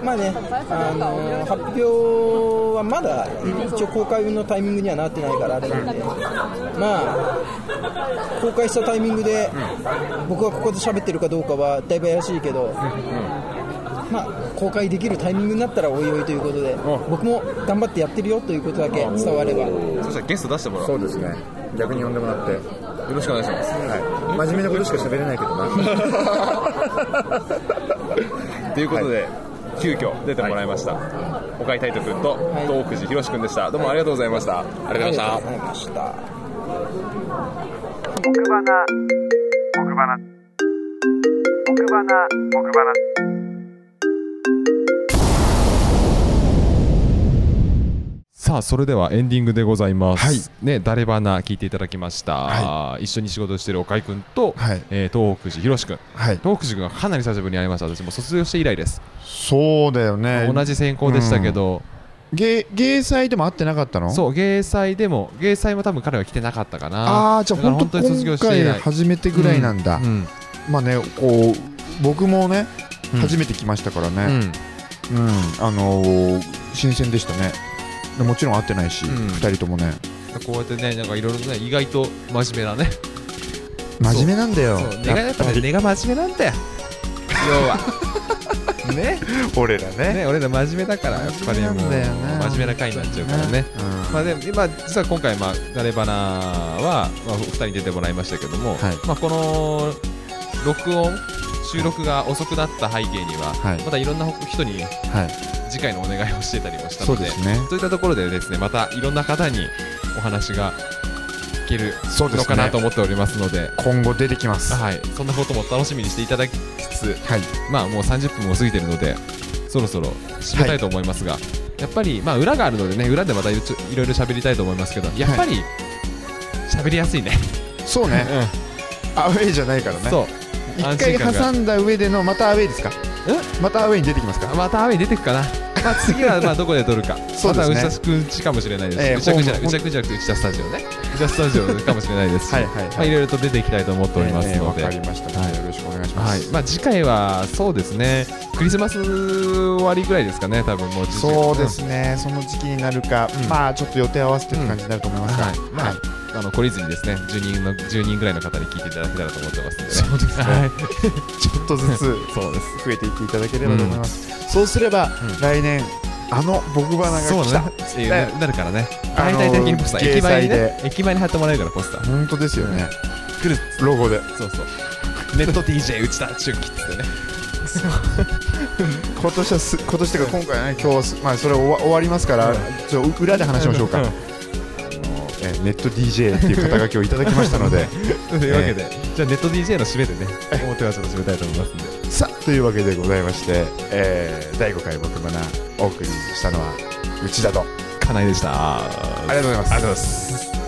Speaker 4: まあね、あのー発表はまだ一応公開のタイミングにはなってないからあれなんで、まあ、公開したタイミングで、僕がここで喋ってるかどうかはだいぶ怪しいけど、まあ、公開できるタイミングになったらおいおいということで僕も頑張ってやってるよということだけ伝われば
Speaker 5: そしたらゲスト出してもらおう
Speaker 3: そうですね逆に呼んでもらって、
Speaker 5: よろしくお願いします
Speaker 3: はい、真面目なことしか喋れないけどな
Speaker 5: ということで、急遽出てもらいました、岡井太斗君と
Speaker 4: い
Speaker 5: 東福寺宏君でしたどうもありがとうございました、
Speaker 1: ありがとうございました
Speaker 4: ありがとうございました
Speaker 1: さあそれではエンディングでございます、
Speaker 2: はい
Speaker 1: ね、誰花聞いていただきました、一緒に仕事をしている岡井君と、
Speaker 2: はい
Speaker 1: えー東北寺広志君
Speaker 2: はい、
Speaker 1: 東北寺君がかなり久しぶりに会いました私も卒業して以来です、
Speaker 2: そうだよね
Speaker 1: 同じ専攻でしたけど、
Speaker 2: 芸芸祭でも会ってなかったのう
Speaker 1: そう芸祭でも芸祭も多分彼は来てなかったかな
Speaker 2: ああーじゃあ
Speaker 1: だから
Speaker 2: 本当
Speaker 1: 本当に卒業
Speaker 2: 今
Speaker 1: して以
Speaker 2: 回
Speaker 1: 来
Speaker 2: 初めてぐらいなんだ、
Speaker 1: うん
Speaker 2: まあねこう僕もね
Speaker 1: うん
Speaker 2: 初めて来ましたから
Speaker 1: うん
Speaker 2: ね、うんあのー新鮮でしたねでもちろん会ってないし、
Speaker 1: うん
Speaker 2: 二人ともね
Speaker 1: こうやってねなんかいろいろね意外と真面目なね
Speaker 2: 真面目なんだよ
Speaker 1: そう根がやっぱね根が真面目なんだよ要はね
Speaker 2: 俺らね
Speaker 1: ね俺ら真面目だからやっぱりもう
Speaker 2: 真面目なんだよな
Speaker 1: 真面目な回になっちゃうからねまあでも今実は今回まあ「なればな」は、まあ、お二人に出てもらいましたけども、
Speaker 2: はい
Speaker 1: まあ、この録音収録が遅くなった背景には、
Speaker 2: はい
Speaker 1: またいろんな人に
Speaker 2: うんはい
Speaker 1: 次回のお願いをしてたりもした
Speaker 2: そ
Speaker 1: の
Speaker 2: う
Speaker 1: で
Speaker 2: ですね
Speaker 1: そういったところでですねまたいろんな方にお話が聞ける
Speaker 2: そうで
Speaker 1: の
Speaker 2: す
Speaker 1: かな
Speaker 2: ね
Speaker 1: と思っておりますので。
Speaker 2: 今後出てきますは
Speaker 1: はい、そんなことも楽しみにしていただきつつ、
Speaker 2: い
Speaker 1: まあ、もう30分も過ぎてるのでそろそろ締めたいと思いますが、やっぱり、まあ、裏があるのでね裏でまたいろいろいろ喋りたいと思いますけどやっぱり喋りやすいね、
Speaker 2: そうねアウェイじゃないからね
Speaker 1: そう
Speaker 2: 一回
Speaker 1: 安心感が
Speaker 2: 挟んだ上でのまたアウェイですかまたアウェイに出てきますか
Speaker 1: また雨出てくかな、まあ、次はまあどこで撮るか
Speaker 2: そうですね
Speaker 1: またうちゃくんちかもしれないです、
Speaker 2: ええ
Speaker 1: うちゃくんじゃない
Speaker 2: ほん
Speaker 1: うちゃくんじゃなくてうちゃスタジオねうちゃスタジオかもしれないですし
Speaker 2: はいはいはい
Speaker 1: まあ、いろいろと出ていきたいと思っております
Speaker 2: えー
Speaker 1: の
Speaker 2: わ
Speaker 1: で、
Speaker 2: かりました
Speaker 1: は
Speaker 2: の
Speaker 1: い
Speaker 2: でよろしくお願いしま
Speaker 1: はい
Speaker 2: す
Speaker 1: まあ、次回はそうですねクリスマス終わりぐらいですかね多分もう実際
Speaker 2: そうですねその時期になるか
Speaker 1: うん
Speaker 2: まあちょっと予定合わせてって感じになると思いますが
Speaker 1: はい
Speaker 2: はい
Speaker 1: あの懲りずにですね10人の10人ぐらいの方に聞いていただけたらと思ってますので、ね、
Speaker 2: そうですね
Speaker 1: はい
Speaker 2: ちょっと ずつ
Speaker 1: そうです
Speaker 2: 増えていっていただければと思いますそうすれば
Speaker 1: ん
Speaker 2: 来年あの僕花
Speaker 1: そ
Speaker 2: が
Speaker 1: う
Speaker 2: 来
Speaker 1: ね
Speaker 2: た
Speaker 1: っていうねなるからね
Speaker 2: あ
Speaker 1: 大
Speaker 2: の
Speaker 1: 体的にポスター駅前に
Speaker 2: 掲
Speaker 1: ね駅前に貼ってもらえるからポスター
Speaker 2: 本当ですよね
Speaker 1: 来る
Speaker 2: ロゴで
Speaker 1: そう そうネット DJ 内田中吉ってね
Speaker 2: 今年はす今年というか今回はね今日はすまあそれ終わ終わりますからちょっと裏で話しましょうかあのえネット DJ っていう肩書きをいただきましたので
Speaker 1: というわけで、じゃあネット DJ の締めでね表はちょっと締めたいと思いますんで
Speaker 2: さあというわけでございまして、えー第5回僕マナお送りしたのは内田と
Speaker 1: 金井でした
Speaker 2: ありがとうございます
Speaker 1: ありがとうございます